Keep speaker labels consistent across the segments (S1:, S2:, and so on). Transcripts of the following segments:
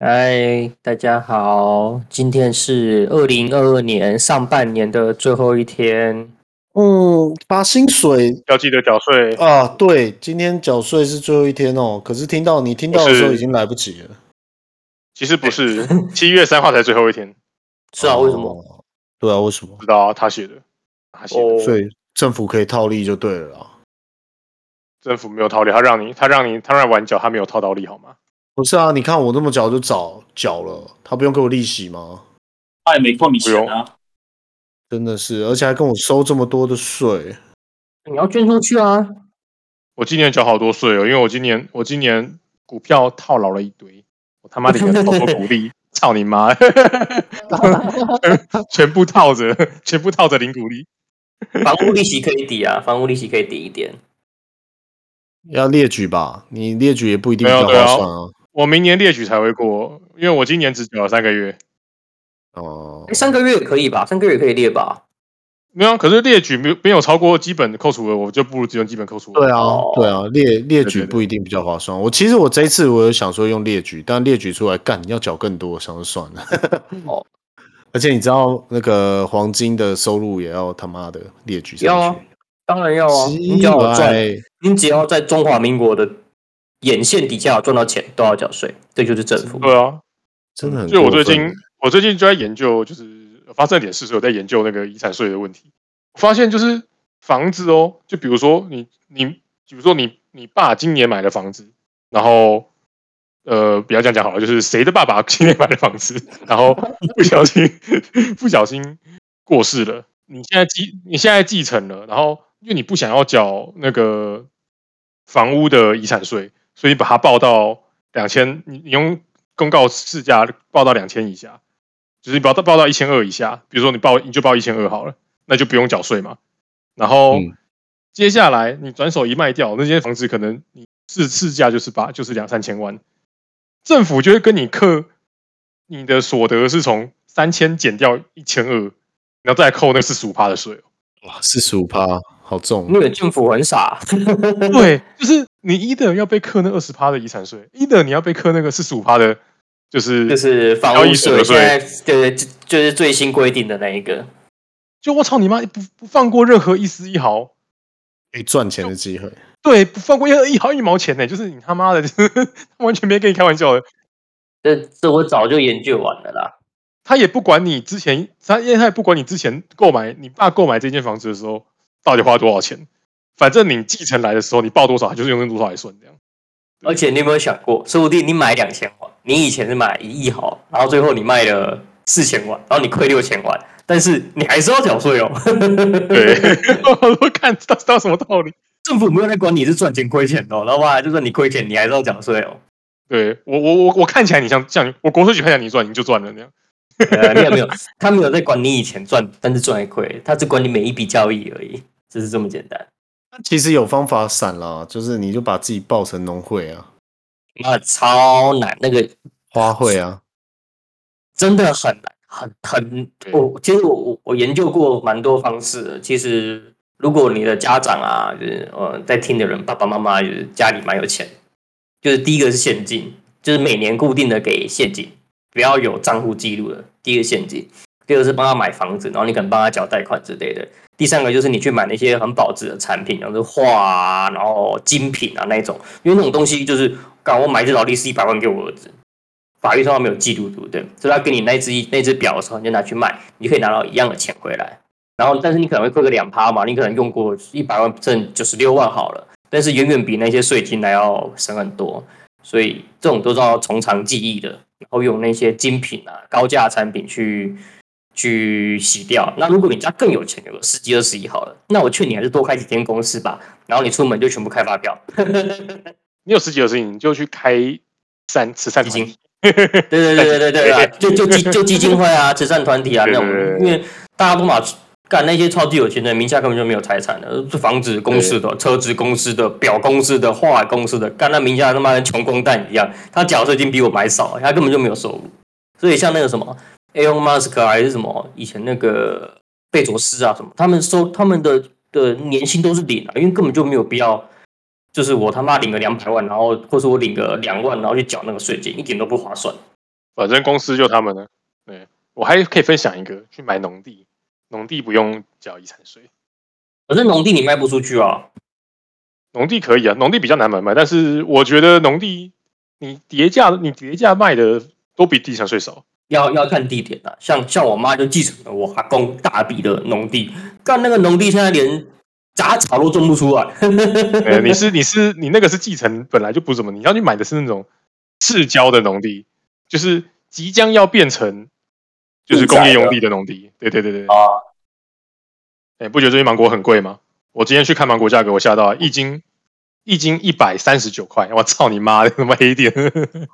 S1: 嗨，大家好，今天是二零二二年上半年的最后一天。
S2: 嗯，发薪水
S3: 要记得缴税，
S2: 啊，对，今天缴税是最后一天哦。可是听到你听到的时候已经来不及了。
S3: 其实不 是，七月三号才最后一天，
S1: 是啊，为什么？
S2: 哦？对啊，为什么
S3: 不？知道啊他写的，他写的，
S1: 哦
S2: 所以政府可以套利就对了啦。
S3: 政府没有套利，他让你，他让你，他让你晚缴，他没有套到利，好吗？
S2: 不是啊，你看我那么早就早缴了，他不用给我利息吗？
S4: 他也没扣你钱
S3: 不
S4: 啊。
S2: 真的是，而且还跟我收这么多的税。
S1: 你要捐出去啊！
S3: 我今年缴好多税哦，因为我今年我今年股票套牢了一堆，我他妈领了好多股 利，操你妈！全部套着，全部套着领股利。
S1: 房屋利息可以抵啊，房屋利息可以抵一点。
S2: 要列举吧，你列举也不一定比
S3: 没有
S2: 较划
S3: 对啊
S2: 算啊。
S3: 我明年列举才会过，因为我今年只缴了三个月。
S2: 哦、
S1: 哎，三个月也可以吧？三个月也可以列吧？
S3: 没有啊，可是列举没有没有超过基本扣除额，我就不如只用基本扣除额。
S2: 对啊，
S1: 哦
S2: 对啊，列列
S3: 对
S2: 举
S3: 对
S2: 不一定比较划算。我其实我这一次我有想说用列举，但列举出来干要缴更多，想说算了。
S1: 哦，
S2: 而且你知道那个黄金的收入也要他妈的列举
S1: 要
S2: 上
S1: 啊
S2: 去，
S1: 当然要啊！你只要有赚，
S2: 奇
S1: 你只要在中华民国的眼线底下有赚到钱，都要缴税，这就是政府。
S3: 对啊，
S2: 真的很过分。欸
S3: 所以我最近我最近就在研究，就是发生了点事，所以我在研究那个遗产税的问题。我发现就是房子哦，就比如说你你，比如说你你爸今年买的房子，然后呃，不要这样讲好了，就是谁的爸爸 今年买的房子，然后不小心 不小心过世了，你现在继你现在继承了，然后因为你不想要缴那个房屋的遗产税，所以把它报到两千，你你用公告市价报到两千以下，就是你报到报到一千二以下，比如说你报你就报一千二好了，那就不用缴税嘛。然后、
S2: 嗯
S3: 接下来你转手一卖掉，那些房子可能你市市价就是八就是两三千万，政府就会跟你扣你的所得是从三千减掉一千二，然后再扣那四十五趴的税哦。
S2: 哇，四十五趴，好重
S1: 因。
S3: 嗯
S1: 为政府很傻，啊
S3: 对，就是你 either 要被扣那二十趴的遗产税，either 你要被扣那个四十五趴的，就是
S1: 就是房
S3: 交
S1: 屋
S3: 易所得
S1: 税
S3: 税。
S1: 现在对，就就是最新规定的那一个。
S3: 就我操你妈，不不放过任何一丝一毫，
S2: 可以赚钱的机会，
S3: 对，不放过任何一毫一毛钱呢、就是你他妈的，就是 他完全没跟你开玩笑的，
S1: 这这我早就研究完了啦。
S3: 他也不管你之前，他因为他也不管你之前购买你爸购买这间房子的时候到底花多少钱，反正你继承来的时候你报多少，他就是用多少来算这样。
S1: 而且你有没有想过，说不定你买两千万，你以前是买一亿好，然后最后你卖了四千万，然后你亏六千万，但是你还是要缴税哦。
S3: 对， 我看知道知道什么道理。
S1: 政府没有在管你是赚钱亏钱的哦，然后后来就算你亏钱，你还是要缴税哦。
S3: 对我我我我看起来你像像我国税局看起来你赚你就赚了那样。
S1: 呃，没有没有，他没有在管你以前赚，但是赚还亏，他只管你每一笔交易而已，就是这么简单。
S2: 其实有方法散啦，就是你就把自己报成农会啊、
S1: 那超难，那个
S2: 花卉 啊，
S1: 真的很难，很很
S3: 对
S1: 我其实我我我研究过蛮多方式的。其实如果你的家长啊，就是呃在听的人，爸爸妈妈就是家里蛮有钱，就是第一个是现金，就是每年固定的给现金，不要有账户记录的，第一个现金。第二个是帮他买房子，然后你可能帮他缴贷款之类的。第三个就是你去买那些很保值的产品，像是画啊，然后精品啊那一种，因为那种东西就是，刚我买一只劳力士一百万给我儿子，法律上面没有记录，对不对？所以他给你那只那只表的时候，你就拿去卖，你可以拿到一样的钱回来。然后，但是你可能会亏个两趴嘛，你可能用过一百万挣九十六万好了，但是远远比那些税金还要省很多。所以这种都是要从长计议的，然后用那些精品啊、高价产品去去洗掉。那如果你家更有钱，有个十几二十亿好了，那我劝你还是多开几间公司吧，然后你出门就全部开发票。
S3: 你有十几个事情，你就去开善慈善
S1: 已
S3: 团
S1: 经
S3: 体，
S1: 对对对 对对对啊，就就基就基金会啊、 慈善团体啊那种
S3: 对对对，对
S1: 因为大家都嘛干那些超级有钱人名下根本就没有财产的，这房子公司的、车子公司的、表公司的、画公司的，干那名下他妈跟穷光蛋一样，他缴税金比我们还少，他根本就没有收入。所以像那个什么 Elon Musk 啊还是什么以前那个贝佐斯啊什么，他们收他们的的年薪都是零啊，因为根本就没有必要。就是我他妈领个两百万，然后或是我领个两万，然后去缴那个税金，一点都不划算。
S3: 反正公司就他们的。对我还可以分享一个，去买农地，农地不用缴遗产税，
S1: 可是农地你卖不出去啊，
S3: 农地可以啊，农地比较难买卖，但是我觉得农地你叠价你叠价卖的都比地产税少。
S1: 要要看地点啊。像像我妈就继承了我阿公大笔的农地，干那个农地现在连杂草都种不出啊 来。
S3: 呃，你是你是你那个是继承本来就不是什么，你要去买的是那种市郊的农地，就是即将要变成就是工业用地的农地。对对对对。
S1: 啊。
S3: 哎，不觉得最近芒果很贵吗？我今天去看芒果价格，我吓到了，啊一斤一斤一百三十九块，我操你妈的，他妈黑店！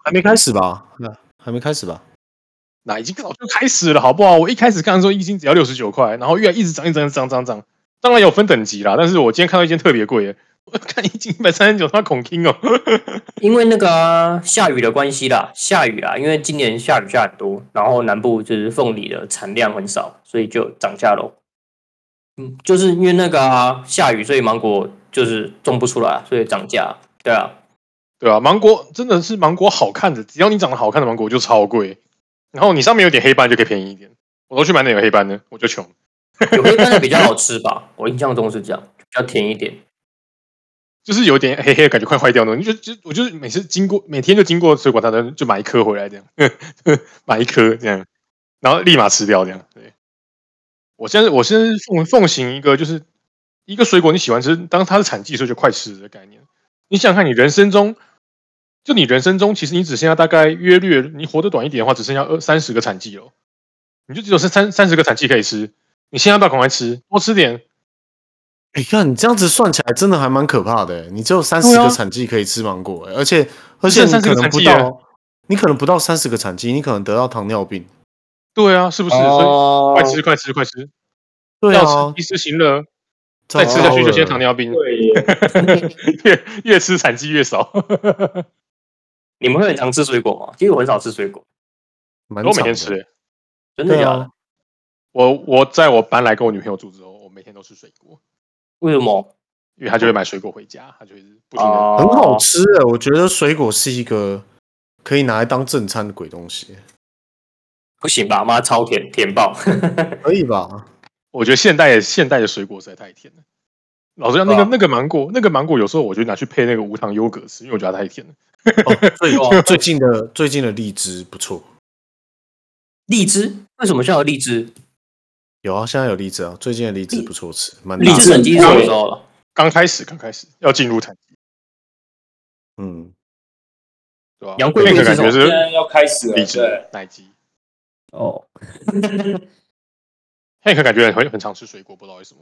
S2: 还没开始吧？
S3: 啊
S2: 那还没开始吧？
S3: 那已经早就开始了，好不好？我一开始看的时候，一斤只要六十九块，然后越来一直涨，一直涨，一直涨涨涨。当然有分等级啦，但是我今天看到一件特别贵的，我看一斤一百三十九，他妈恐惊哦！
S1: 因为那个啊、下雨的关系啦，下雨啊，因为今年下雨下很多，然后南部就是凤梨的产量很少，所以就涨价喽。嗯，就是因为那个啊下雨，所以芒果就是种不出来，啊所以涨价。对啊，
S3: 对啊，芒果真的是芒果好看的，只要你长得好看的芒果就超贵，然后你上面有点黑斑就可以便宜一点。我都去买那有黑斑的，我就穷。
S1: 有黑斑的比较好吃吧？ 我印象中是这样，比较甜一点。
S3: 就是有点黑黑的感觉，快坏掉那种。就就我就是每次经过，每天就经过水果摊的，就买一颗回来这样， 买一颗这样，然后立马吃掉这样。对，我现在我现在是奉奉行一个就是一个水果你喜欢吃，当它是产季的时候就快吃的概念。你想想看，你人生中，就你人生中，其实你只剩下大概约略，你活得短一点的话，只剩下二三十个产季了，你就只有三三三十个产季可以吃。你现在要不要赶快吃，多吃点，
S2: 你哎看你这样子算起来，真的还蛮可怕的欸。你只有三十
S3: 对啊
S2: 个产季可以吃芒果欸，而且而
S3: 只
S2: 且
S3: 有
S2: 你
S3: 30
S2: 可
S3: 个
S2: 能
S3: 产
S2: 不
S3: 季啊
S2: 到，你可能不到三十个产季，你可能得到糖尿病。
S3: 对啊，是不是？所以
S1: 哦
S3: 快吃，快吃，快吃。
S2: 对
S3: 要
S2: 啊
S3: 吃，一吃行了，
S2: 糟
S3: 再吃下去就先
S2: 糕
S3: 糖
S2: 了
S3: 尿病，
S1: 对啊耶，
S3: 越越吃产期越少。
S1: 你们会很常吃水果吗？其实我很少吃水果，
S2: 蛮
S3: 我每
S2: 惨
S3: 天
S2: 的
S3: 吃欸，
S1: 真的
S2: 对
S1: 假
S2: 啊
S1: 的？，
S3: 我我在我搬来跟我女朋友住之后，我每天都吃水果，
S1: 为什么？
S3: 因为她就会买水果回家，她就会不停的。
S1: 啊，
S2: 很好吃哎，我觉得水果是一个可以拿来当正餐的鬼东西，
S1: 不行吧？妈超甜，甜爆！
S2: 可以吧？
S3: 我觉得现代现代的水果实在太甜了。老实讲，那
S1: 对
S3: 个
S1: 啊
S3: 那个芒果，那个芒果有时候我就拿去配那个无糖优格吃，因为我觉得它太甜了。
S2: 哦， 最
S3: 啊
S1: 哇
S2: 最近的最近的荔枝不错，
S1: 荔枝为什么叫荔枝？
S2: 有啊，现在有荔枝啊，最近的荔枝不错吃，蛮
S1: 荔
S2: 大
S1: 枝
S2: 的
S1: 等级是什么时候了？
S3: 刚开始，刚开始要进入产期，
S2: 嗯，
S3: 对吧？
S1: 杨贵妃
S3: 那个
S1: 是
S3: 感
S1: 什
S3: 觉
S1: 么
S3: 是
S4: 现在要开始了，
S3: 荔枝
S4: 对，
S3: 奶鸡。
S1: 哦，
S3: 那个感觉很很常吃水果，不知道为什么。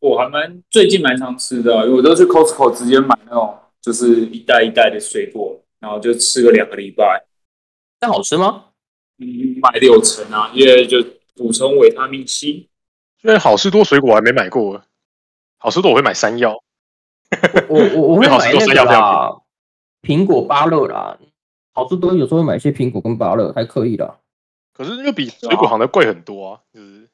S4: 我还蛮最近蛮常吃的，啊因为我都去 Costco 直接买那种就是一袋一袋的水果，然后就吃个两个礼拜，
S1: 那好吃吗？
S4: 嗯，买六成啊，因为就补充维他命 C。
S3: 虽然好事多水果我还没买过，好事多我会买山药，
S1: 我我我会
S3: 最好吃
S1: 买
S3: 都是
S1: 那个
S3: 要这样
S1: 啦，苹果芭乐啦，好吃多有时候会买一些苹果跟芭乐，还可以啦。
S3: 可是又比水果行的贵很多啊，就是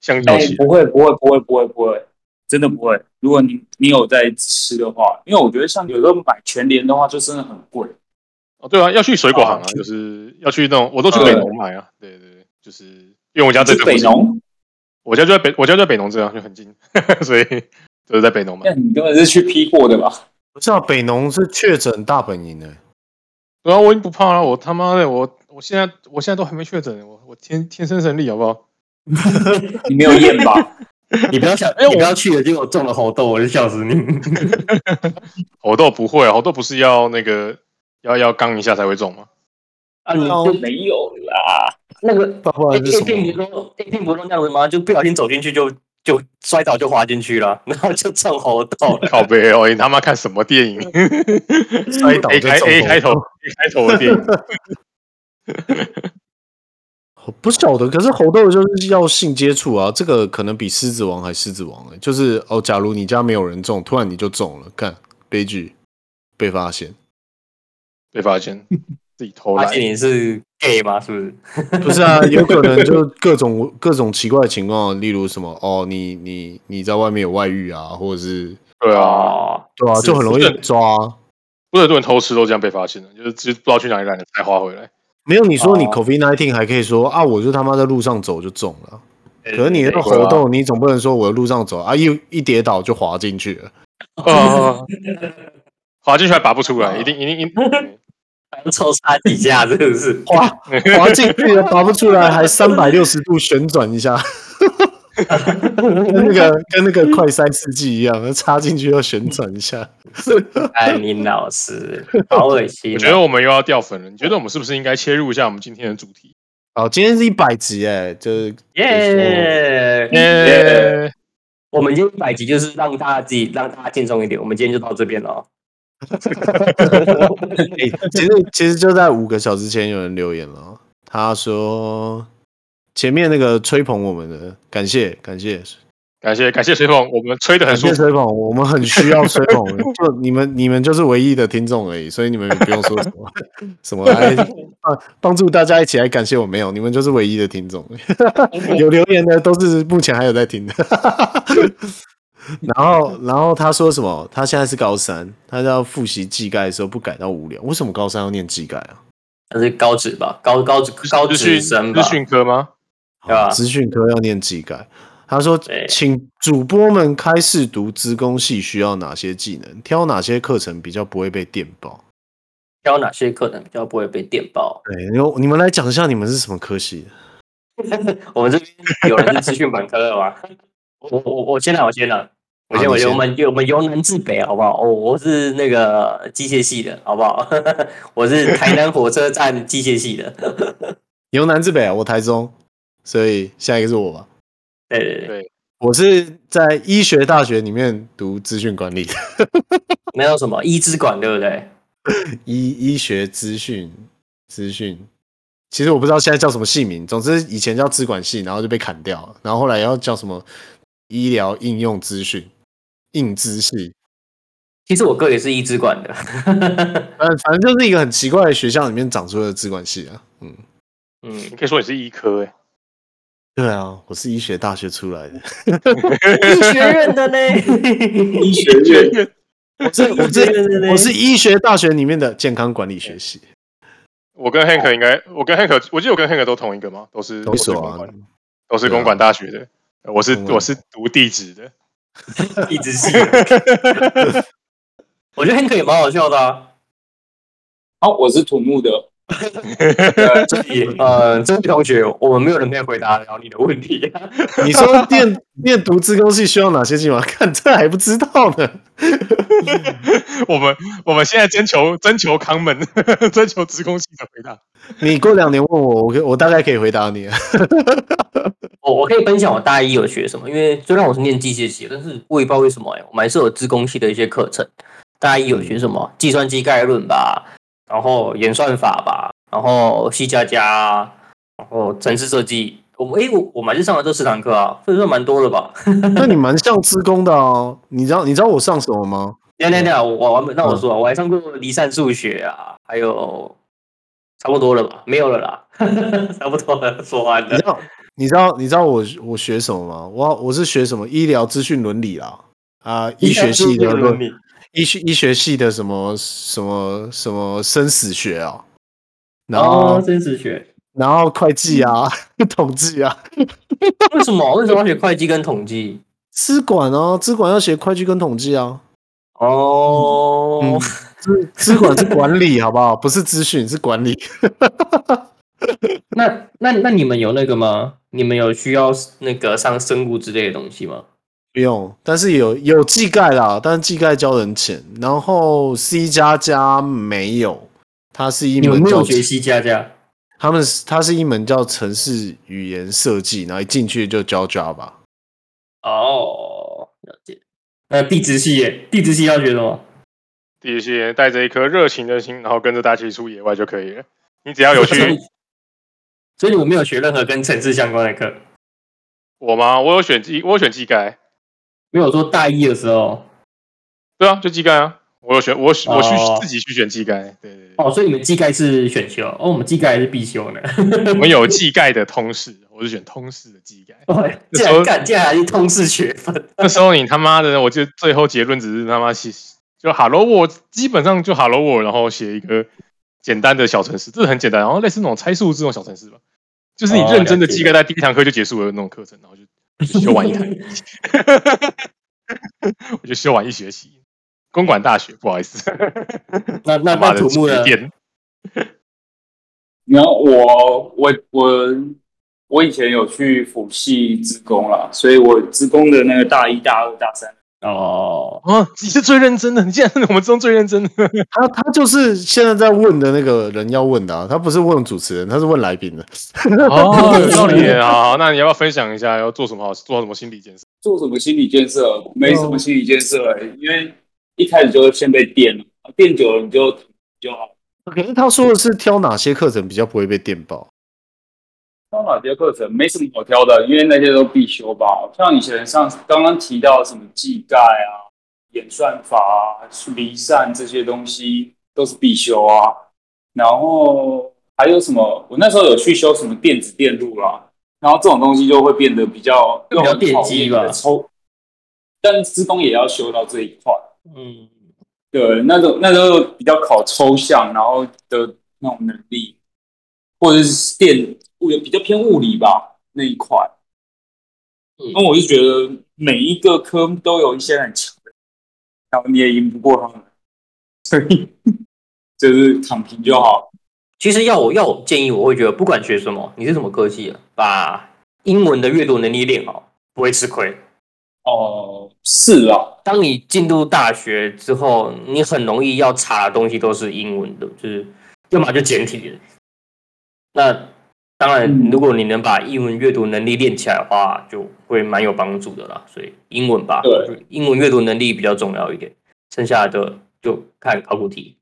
S3: 相较
S4: 哎、
S3: 起来，
S4: 不会不会不会不会不会，真的不会。如果你你有在吃的话，因为我觉得像有时候买全联的话，就真的很贵。
S3: 哦，对啊，要去水果行啊，
S4: 啊
S3: 就是要去那种，我都去北农买啊，对对对，就是因为我家在
S4: 是北，农，
S3: 我家就在北，我家就在北农这样啊就很近， 所以就是在北农
S4: 那
S3: 买。
S4: 你根本是去批货的吧？
S2: 不是啊，北农是确诊大本营哎，
S3: 对啊，我已经不怕了，我他妈的，我我现在我现在都还没确诊，我我天天生神力好不好？
S4: 你没有验吧？
S1: 你不要想，
S3: 哎我
S1: 你不要去了，结果中了猴痘，我就笑死你。
S3: 猴豆不会啊，猴豆不是要那个要要刚一下才会中吗？
S1: 啊，你
S2: 哦
S1: 就
S4: 没有 啦，
S1: 那个
S2: 不
S3: 哎
S2: 不然是什
S1: A 片
S2: 么？
S1: 不都 A 片不都那样子吗？就不小心走进去就就摔倒就滑进去了，然后 就中猴痘了。
S3: 靠背哦，你他妈看什么电影？
S2: 摔倒
S3: A
S2: 就
S3: 开
S2: 中
S3: A 哎开头
S2: 头，
S3: 开头的电影，
S2: 我不晓得，可是猴痘就是要性接触啊，这个可能比狮子王还狮子王、欸、就是哦，假如你家没有人中，突然你就中了，干悲剧，被发 现，
S3: 被发现自己偷
S1: 发
S3: 来
S1: 现，你是 gay 吗？是不是？
S2: 不是啊，有可能就各种各种奇怪的情况，例如什么哦，你你你在外面有外遇啊，或者是
S3: 对啊，
S1: 哦，
S2: 对啊，
S1: 是
S2: 就很容易
S3: 是
S2: 被抓啊、
S3: 不是很多人偷吃都这样被发现的，就是就是不知道去哪里染的菜花回来。
S2: 没有你说你
S1: 哦
S2: COVID nineteen 还可以说啊，我就他妈在路上走就中了啊，可是你那个
S3: 对对啊
S2: 猴痘，你总不能说我在路上走啊，一一跌倒就滑进去了，
S3: 啊，滑进去还拔不出来，
S1: 啊
S3: 一定一定一定。
S1: 还要抽插几下，真的是
S2: 滑滑进去了，拔不出来，还三百六十度旋转一下。跟那个跟那个快塞试剂一样，插进去要旋转一下。
S1: 哎，林老师好恶心
S3: 我
S1: 啊！
S3: 觉得我们又要掉粉了，你觉得我们是不是应该切入一下我们今天的主题？
S2: 好，今天是一百集哎，就是
S1: 耶，
S3: 耶！
S1: 我们今天一百集就是让大家自己让大家轻松一点，我们今天就到这边了哦。
S2: 哎其实其实就在五个小时前有人留言了，哦他说前面那个吹捧我们的，感谢感谢
S3: 感谢感谢随风，我们吹得很
S2: 感
S3: 舒
S2: 谢
S3: 服。
S2: 吹捧，我们很需要吹捧，就你们你们就是唯一的听众而已，所以你们也不用说什么什么来帮帮助大家一起来感谢我，没有，你们就是唯一的听众，有留言的都是目前还有在听的。然后，然后他说什么？他现在是高三，他要复习技盖的时候不感到无聊。为什么高三要念技盖啊？
S1: 那是高职吧，高高职高
S3: 资
S1: 职
S3: 讯
S1: 生
S3: 资
S1: 吧，
S3: 讯科吗？
S1: 对吧
S2: 资讯科要念技改。他说
S1: 对：“
S2: 请主播们开试读资工系需要哪些技能，挑哪些课程比较不会被电爆。
S1: 挑哪些课能比较不会被电爆？”
S2: 对，然后你们来讲一下你们是什么科系的？
S1: 我们这边有人是资讯本科的吗？ 我我我先来，我先来，我先
S2: 好
S1: 我
S2: 你
S1: 先
S2: 先
S1: 我们我们由南至北好不好？哦，我是那个机械系的好不好？ 我是台南火车站机械系的，
S2: 由南至北啊，我台中，所以下一个是我吧。
S1: 对对对。
S2: 我是在医学大学里面读资讯管理的，
S1: 那叫什么医资管，对不对？
S2: 医医学资讯资讯。其实我不知道现在叫什么系名，总之以前叫资管系，然后就被砍掉了，然后后来要叫什么医疗应用资讯应资系，
S1: 其实我哥也是医资管的，
S2: 嗯，反正就是一个很奇怪的学校里面长出的资管系啊。嗯，
S1: 嗯
S3: 你，可以说你是医科哎，
S2: 对啊，我是医学大学出来的，
S1: 医学院的呢？
S4: 医学院
S2: 我是我
S1: 医学
S2: 是
S1: 院的呢
S2: 我是医学大学里面的健康管理学系，
S3: 我跟 Hank 应该，我跟 Hank，我记得我跟 Hank 都同一个吗？都是
S2: 都是
S3: 是
S2: 啊
S3: 公，管，都是公管大学的。我是
S2: 公管
S3: 我是读地质的，
S1: 一直系。我觉得 Hank 也蛮好笑的啊。
S4: 哦，我是土木的，
S1: 所以，呃，这位同学，我们没有人可以回答了你的问题。啊
S2: 你说念念读资工系需要哪些技能？ 看这还不知道呢。
S3: 我们我们现在征求征求康门， 征求职工系的回答。
S2: 你过两年问我，我可我大概可以回答你。
S1: 我我可以分享我大一有学什么，因为虽然我是念机械系，但是我也不知道为什么哎、我们还是有自工系的一些课程。大一有学
S2: 嗯
S1: 什么计算机概论吧，然后演算法吧，然后 C 加加，然后城市设计。我们哎、我我们还是上了这四堂课啊，所以说蛮多的吧。
S2: 那你蛮像资工的哦。你知道你知道我上什么吗？
S1: 等一下等一下，我我我
S2: 嗯
S1: 那我说啊，我还上过离散数学啊，还有差不多了吧？没有了啦， 差不多了，说完
S2: 你
S1: 了
S2: 知。道你知道你知道我我学什么吗？我我是学什么医疗资讯伦理啦啊、医学系的
S1: 伦理，
S2: 医学医学系的什么什么什么生死学啊，然后、
S1: 哦嗯真实学。
S2: 然后会计啊、 统计啊、
S1: 为什么？为 什么要学会计跟统计？
S2: 资管啊，资管要学会计跟统计啊。
S1: 哦、
S2: 嗯资资管是管理，好不好？不是资讯，是管理。
S1: 那那那你们有那个吗？你们有需要那个上生物之类的东西吗？
S2: 不用，但是有有技盖啦，但是技盖教人钱，然后 C 加加没有，它是一
S1: 你们
S2: 门
S1: 没
S2: 叫
S1: 有学习加加？
S2: 他们是它是一门叫城市语言设计，然后一进去就教 Java。
S1: 呃哦，了解。那地质系耶，地质系要学什么？
S3: 第一些带着一颗热情的心，然后跟着大家一起出野外就可以了。你只要有
S1: 所以
S3: 去，
S1: 所以你们没有学任何跟城市相关的课，
S3: 我吗？我有选技，我有选技改，
S1: 没有说大一的时候
S3: 对啊，就技改啊。我有选，我选我去
S1: 哦
S3: 自己去选技改，对对对，
S1: 哦，所以你们技概是选修，哦，我们技概是必修呢。
S3: 我们有技改的通识，我是选通识的技改。
S1: 哦竟然干，竟然还是通识学分，
S3: 那时候你他妈的，我就最后结论只是他妈写就 Hello World，基本上就 Hello World，然后写一个简单的小程式，这很简单，然后类似那种猜数字那种小程式吧，就是你
S1: 哦
S3: 认真的
S1: 了解
S3: 记概在第一堂课就结束了那种课程，然后 就就修完一堂，我就修完一学期。公馆大学，不好意思，
S1: 那
S3: 他
S1: 那
S3: 妈
S1: 那
S3: 的
S1: 土木
S3: 水
S1: 呢？
S3: 电
S4: 然后我我我我以前有去辅系职工啦，所以我职工的那个大一大二大三，
S1: 哦，
S3: 啊，你是最认真的，你竟然是我们中最认真 的。
S2: 他他就是现在在问的那个人要问的、啊，他不是问主持人，他是问来宾的。
S3: 哦，有道理啊！好那你要不要分享一下要做什么好，做什么心理建设？
S4: 做什么心理建设？没什么心理建设、因为一开始就先被电了，电久了你就就好。
S2: 可是他说的是挑哪些课程比较不会被电爆？
S4: 上哪些课程没什么好挑的，因为那些都必修吧。像以前上刚刚提到什么技概啊、演算法啊、离散这些东西都是必修啊。然后还有什么？我那时候有去修什么电子电路啦、然后这种东西就会变得比较
S1: 比较电机吧
S4: 抽。但施工也要修到这一块，
S1: 嗯，
S4: 对，那种那都比较考抽象，然后的那种能力，或者是电物理比较偏物理吧那一块。
S1: 嗯
S4: 那我就觉得每一个科目都有一些很强的，然后你也赢不过他们，所以 就是躺平就好。
S1: 其实要我要我建议，我会觉得不管学什么，你是什么科技啊，把英文的阅读能力练好，不会吃亏。
S4: 哦，是啦，
S1: 当你进入大学之后，你很容易要查的东西都是英文的，就是要么就简体的。那当然
S4: 嗯，
S1: 如果你能把英文阅读能力练起来的话，就会蛮有帮助的啦。所以英文吧，
S4: 对，
S1: 英文阅读能力比较重要一点，剩下的就看考古题。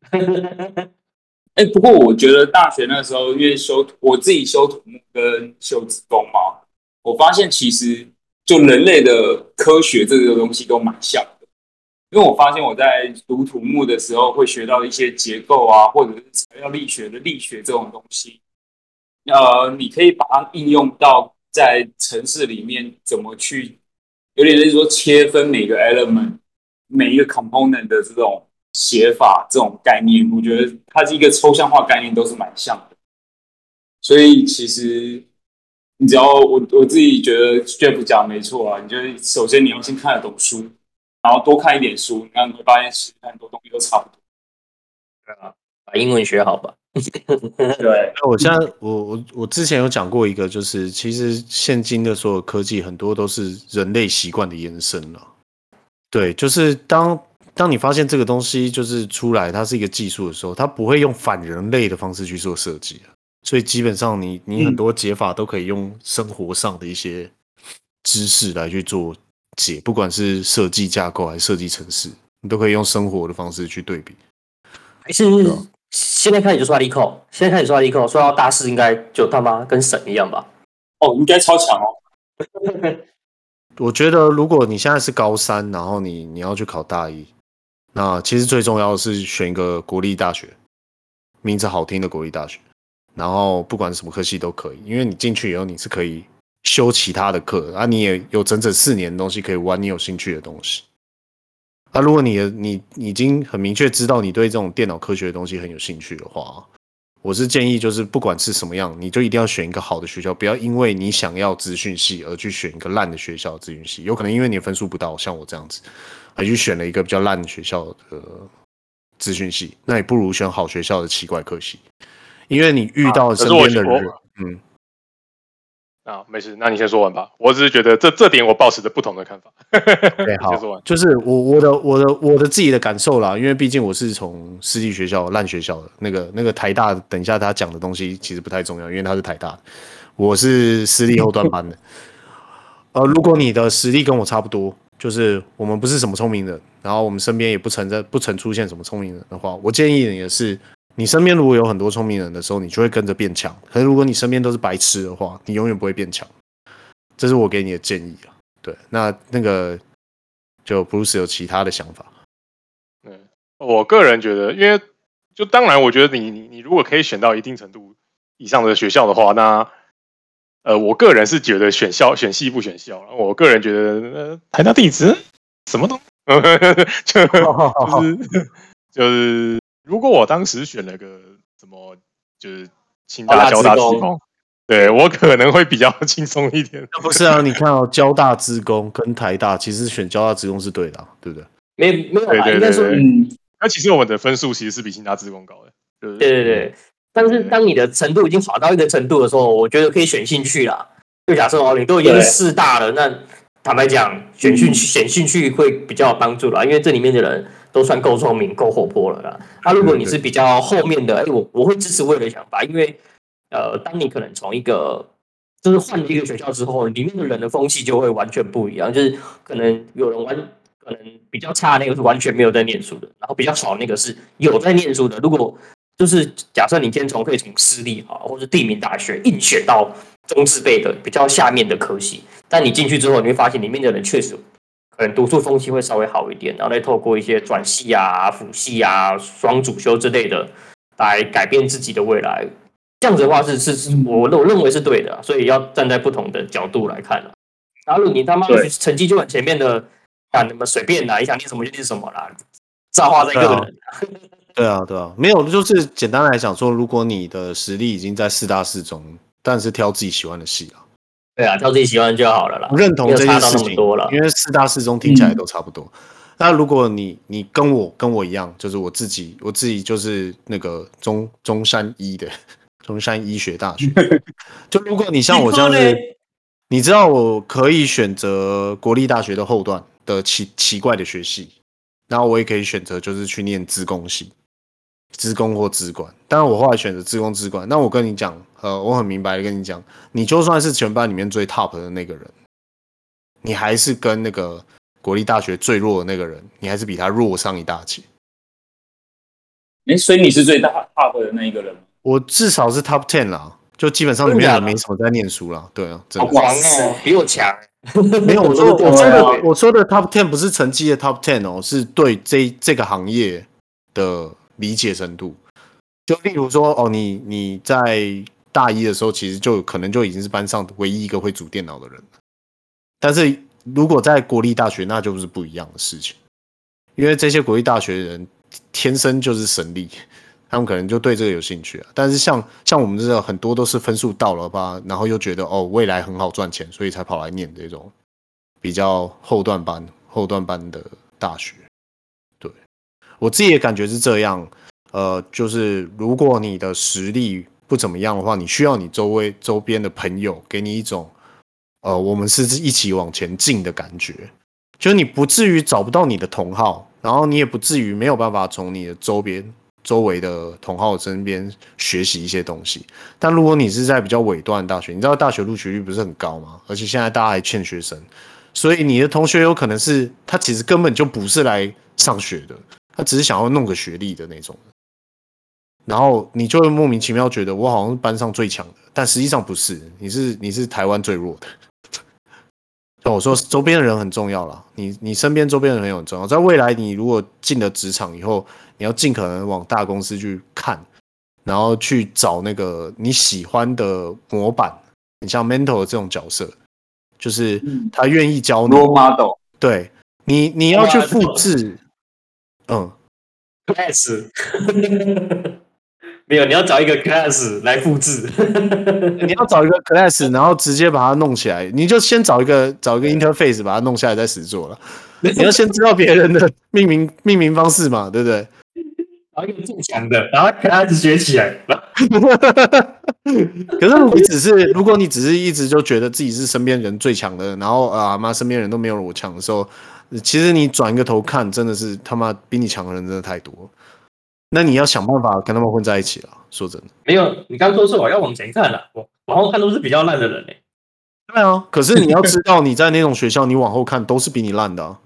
S4: 哎、不过我觉得大学那时候，因为修我自己修土木跟修职工嘛，我发现其实就人类的科学这个东西都蛮像的。因为我发现我在读土木的时候，会学到一些结构啊，或者是材料力学的力学这种东西，呃，你可以把它应用到在城市里面怎么去，有点类似说切分每个 element，每一个 component 的这种写法、这种概念，我觉得它是一个抽象化概念，都是蛮像的。所以其实你只要我我自己觉得 Jeff 讲没错啊，你就是首先你要先看得懂书，然后多看一点书，你看你会发现其实很多东西都差不多。
S1: 把英文学好吧。
S4: 对，
S2: 那我现在我我我之前有讲过一个，就是其实现今的所有科技很多都是人类习惯的延伸了。对，就是当当你发现这个东西就是出来，它是一个技术的时候，它不会用反人类的方式去做设计了所以基本上你你很多解法都可以用生活上的一些知识来去做解，不管是设计架构还是设计程式，你都可以用生活的方式去对比。
S1: 还是现在开始就刷力扣，现在开始刷力扣，刷到大四应该就他妈跟神一样吧。
S4: 哦，应该超强哦。
S2: 我觉得如果你现在是高三，然后你你要去考大一，那其实最重要的是选一个国立大学，名字好听的国立大学，然后不管什么科系都可以，因为你进去以后你是可以修其他的课，啊，你也有整整四年的东西可以玩你有兴趣的东西。啊，如果你的你你已经很明确知道你对这种电脑科学的东西很有兴趣的话，我是建议，就是不管是什么样，你就一定要选一个好的学校，不要因为你想要资讯系而去选一个烂的学校的资讯系。有可能因为你的分数不到，像我这样子，而去选了一个比较烂的学校的资讯系，那你不如选好学校的奇怪科系，因为你遇到
S3: 啊可是
S2: 身
S3: 我
S2: 边的
S3: 我
S2: 人，嗯，
S3: 啊，没事，那你先说完吧。我只是觉得这这点我抱持着不同的看法。
S2: 对，
S3: 你先说
S2: 好
S3: 完，。
S2: 就是我我的我的我的自己的感受啦，因为毕竟我是从私立学校烂学校的那个那个台大，等一下他讲的东西其实不太重要，因为他是台大的，我是私立后端班的。呃，如果你的实力跟我差不多，就是我们不是什么聪明人，然后我们身边也不曾在不曾出现什么聪明人的话，我建议你的是，你身边如果有很多聪明人的时候，你就会跟着变强。可是如果你身边都是白痴的话，你永远不会变强。这是我给你的建议啊。对，那那个就 Bruce 有其他的想法。
S3: 嗯，我个人觉得，因为就当然，我觉得你你你如果可以选到一定程度以上的学校的话，那呃，我个人是觉得选校选系不选校啦，我个人觉得呃，台大地质什么东 就
S1: 哦
S3: 就是就是，如果我当时选了个什么，就是清大、
S1: 大
S3: 交大、
S1: 哦职
S3: 职
S1: 工
S3: 工，对我可能会比较 轻松一点。
S2: 不是啊，你看哦，交大职工跟台大，其实选交大职工是对的啊、对不对？
S1: 没没有
S3: 对
S1: 啦，
S3: 对
S1: 应该
S3: 对
S1: 说
S3: 对
S4: 嗯，
S3: 那其实我们的分数其实是比清大职工高的，对
S1: 对对对，但是当你的程度已经好到一个程度的时候，我觉得可以选兴趣啦。就假设哦，你都已经
S4: 对
S1: 四大了，那坦白讲，选兴趣选兴趣会比较有帮助啦，因为这里面的人都算够聪明、够活泼了啦。那、如果你是比较后面的，哎，我我会支持魏的想法，因为呃，当你可能从一个就是换了一个学校之后，里面的人的风气就会完全不一样，就是可能有人完可能比较差的那个是完全没有在念书的，然后比较好的那个是有在念书的。如果就是假设你今天从可以从私立好，或者地名大学硬选到中字辈的比较下面的科系，但你进去之后，你会发现里面的人确实可能读书风气会稍微好一点，然后再透过一些转系啊、辅系啊、双主修之类的来改变自己的未来。这样子的话是是是我我认为是对的啊，所以要站在不同的角度来看了。然后你他妈
S4: 对
S1: 成绩就很前面的，啊，你们随便啦，你想念什么就念什么啦，造化在个人啊。
S2: 对啊，对啊，没有，就是简单来讲说，如果你的实力已经在四大四中，但是挑自己喜欢的系啊，
S1: 对啊，挑自己喜欢就好了啦。
S2: 我认同
S1: 没有
S2: 这
S1: 差
S2: 件
S1: 到
S2: 事
S1: 那么
S2: 情
S1: 多了，
S2: 因为四大四中听起来都差不多。那如果你你跟我跟我一样，就是我自己我自己就是那个中中山医的中山医学大学，就如果你像我这样
S1: 你说
S2: 子
S1: 嘞，
S2: 你知道我可以选择国立大学的后段的奇奇怪的学系，然后我也可以选择就是去念资工系，资工或资管。当然我后来选择资工资管。那我跟你讲，呃，我很明白的跟你讲，你就算是全班里面最 top 的那个人，你还是跟那个国立大学最弱的那个人，你还是比他弱上一大截。
S4: 哎，所以你是最大大会的那一个人吗？
S2: 我至少是 top ten 啦，就基本上里面也没什么在念书啦。对啊，真
S1: 好
S2: 的。
S1: 狂哦，比我强。
S2: 没有，我说
S1: 对啊
S2: 我说哦的我说的 top ten 不是成绩的 top ten 哦，是对这这个行业的理解程度。就例如说，哦，你你在大一的时候，其实就可能就已经是班上唯一一个会组电脑的人了但是如果在国立大学，那就是不一样的事情，因为这些国立大学的人天生就是神力，他们可能就对这个有兴趣啊。但是像像我们这种很多都是分数到了吧，然后又觉得哦未来很好赚钱，所以才跑来念这种比较后段班后段班的大学。对我自己也感觉是这样，呃，就是如果你的实力不怎么样的话，你需要你周围周边的朋友给你一种，呃，我们是一起往前进的感觉，就是你不至于找不到你的同好，然后你也不至于没有办法从你的周边。周围的同好身边学习一些东西，但如果你是在比较尾段的大学，你知道大学录取率不是很高吗？而且现在大家还欠学生，所以你的同学有可能是他其实根本就不是来上学的，他只是想要弄个学历的那种。然后你就会莫名其妙觉得我好像是班上最强的，但实际上不是，你是你是台湾最弱的。 像我说，周边的人很重要啦，你你身边周边的人也很重要。在未来，你如果进了职场以后，你要尽可能往大公司去看，然后去找那个你喜欢的模板，你像 mentor 这种角色，就是
S4: 嗯
S2: 他愿意教你，
S4: ，role model，
S2: 对你，你要去
S1: 哇
S2: 复
S1: 这种
S2: 制，嗯，
S1: class，没有，你要找一个 class 来复制。
S2: 你要找一个 class，然后直接把它弄起来，你就先找一个找一个 interface 把它弄下来再实做了。你要先知道别人的 命名命名方式嘛，对不对？
S1: 然后用最强的，然后 class 学起来，然后
S2: 可是你只是，如果你只是一直就觉得自己是身边人最强的，然后啊妈身边人都没有我强的时候，其实你转个头看，真的是他妈比你强的人真的太多了。那你要想办法跟他们混在一起了。说真的，
S1: 没有，你刚说错，我要往前看了，我往后看都是比较烂的人嘞、欸
S2: 对啊，可是你要知道，你在那种学校，你往后看都是比你烂的、啊。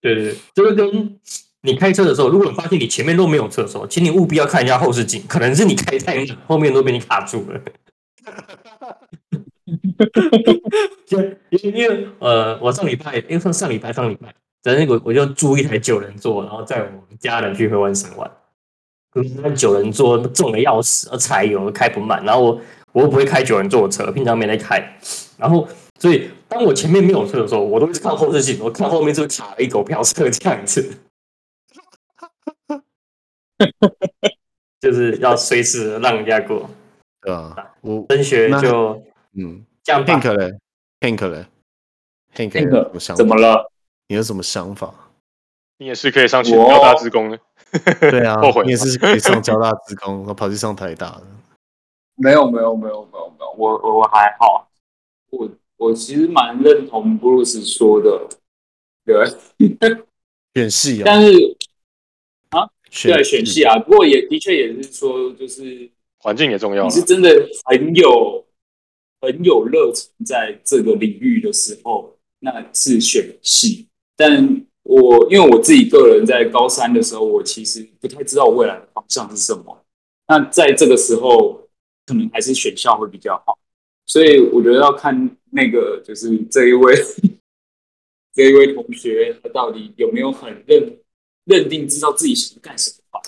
S1: 对对对，就是跟你开车的时候，如果你发现你前面都没有车的时候，请你务必要看一下后视镜，可能是你开太慢，后面都被你卡住了。就因为因为呃，我上礼拜，因为上上礼拜上礼拜，反正我我就租一台九人座，然后载我们家人去合欢山玩。可是那九人座重的要死，呃柴油开不满，然后我我又不会开九人座的车，平常没在开，然后所以当我前面没有车的时候，我都会看后视镜，我看后面就卡了一狗票车这样子。 就是要随时让人家过，
S2: 对啊，我
S1: 升学
S2: 那
S1: 就
S2: 嗯
S1: 这样吧。
S2: ，Hank 嘞，Hank 嘞，Hank 有什么想法
S4: 那怎么？了？
S2: 你有什么想 法？
S3: 你也是可以上去
S4: 我
S3: 交大职工的。
S2: 对啊
S3: 后悔，了
S2: 你也是可以上交大职工， 然后跑去上台大的。
S4: 没有没有没有没有没有，我我我还好，我我其实蛮认同 Bruce 说的，对，
S2: 选系哦，
S4: 但是
S2: 选
S4: 啊对选系啊，不过也的确也是说，就是你
S3: 环境也重要了
S4: 是，真的很有很有热忱在这个领域的时候，那是选系。但我因为我自己个人在高三的时候，我其实不太知道未来的方向是什么。那在这个时候，可能还是选校会比较好。所以我觉得要看那个，就是这一位 这一位同学，他到底有没有很认认定知道自己想干什么吧。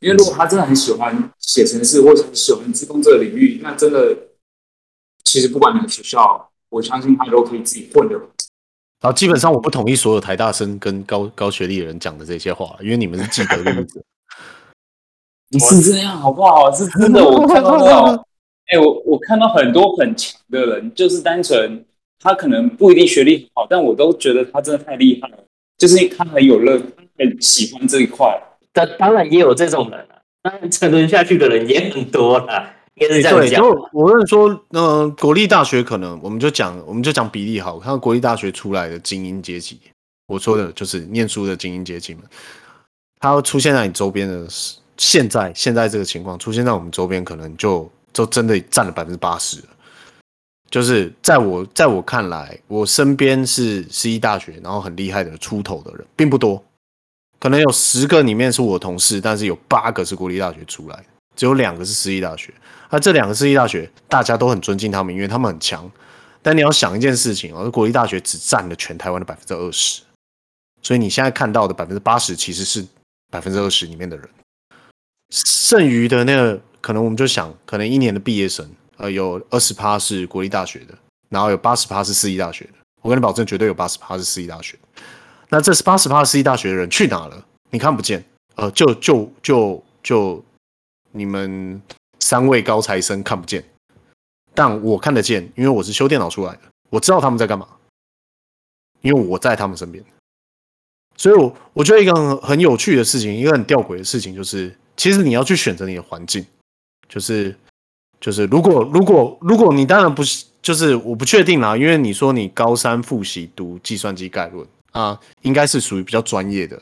S4: 因为如果他真的很喜欢写程式，或者很喜欢自动这个领域，那真的其实不管哪个学校，我相信他都可以自己混的。
S2: 然后基本上我不同意所有台大生跟高高学历的人讲的这些话，因为你们是既得利益者。
S4: 是这样好不好？是真的，我看到那种，哎、我我看到很多很强的人，就是单纯他可能不一定学历很好，但我都觉得他真的太厉害了，就是他很有乐，他很喜欢这一块。
S1: 当当然也有这种人啊，当然沉沦下去的人也很多啦，应该是这样
S2: 对，
S1: 讲
S2: 就。我认说，嗯、国立大学可能我们就讲，我们就讲比例好，看到国立大学出来的精英阶级，我说的就是念书的精英阶级们，它出现在你周边的时，现在现在这个情况出现在我们周边，可能就就真的占了百分之八十了。就是在我在我看来，我身边是十一大学，然后很厉害的出头的人并不多，可能有十个里面是我同事，但是有八个是国立大学出来的，只有两个是私立大学。那这两个私立大学，大家都很尊敬他们，因为他们很强。但你要想一件事情哦，国立大学只占了全台湾的百分之二十，所以你现在看到的百分之八十其实是百分之二十里面的人，剩余的那个可能我们就想，可能一年的毕业生，呃，有二十趴是国立大学的，然后有八十趴是私立大学的。我跟你保证，绝对有八十趴是私立大学的。那这八十趴私立大学的人去哪了？你看不见。呃，就就就就你们三位高材生看不见，但我看得见，因为我是修电脑出来的，我知道他们在干嘛，因为我在他们身边。所以我，我觉得一个很很有趣的事情，一个很吊诡的事情，就是其实你要去选择你的环境，就是就是如果如果如果你当然不是，就是我不确定啦，因为你说你高三复习读计算机概论啊，应该是属于比较专业的，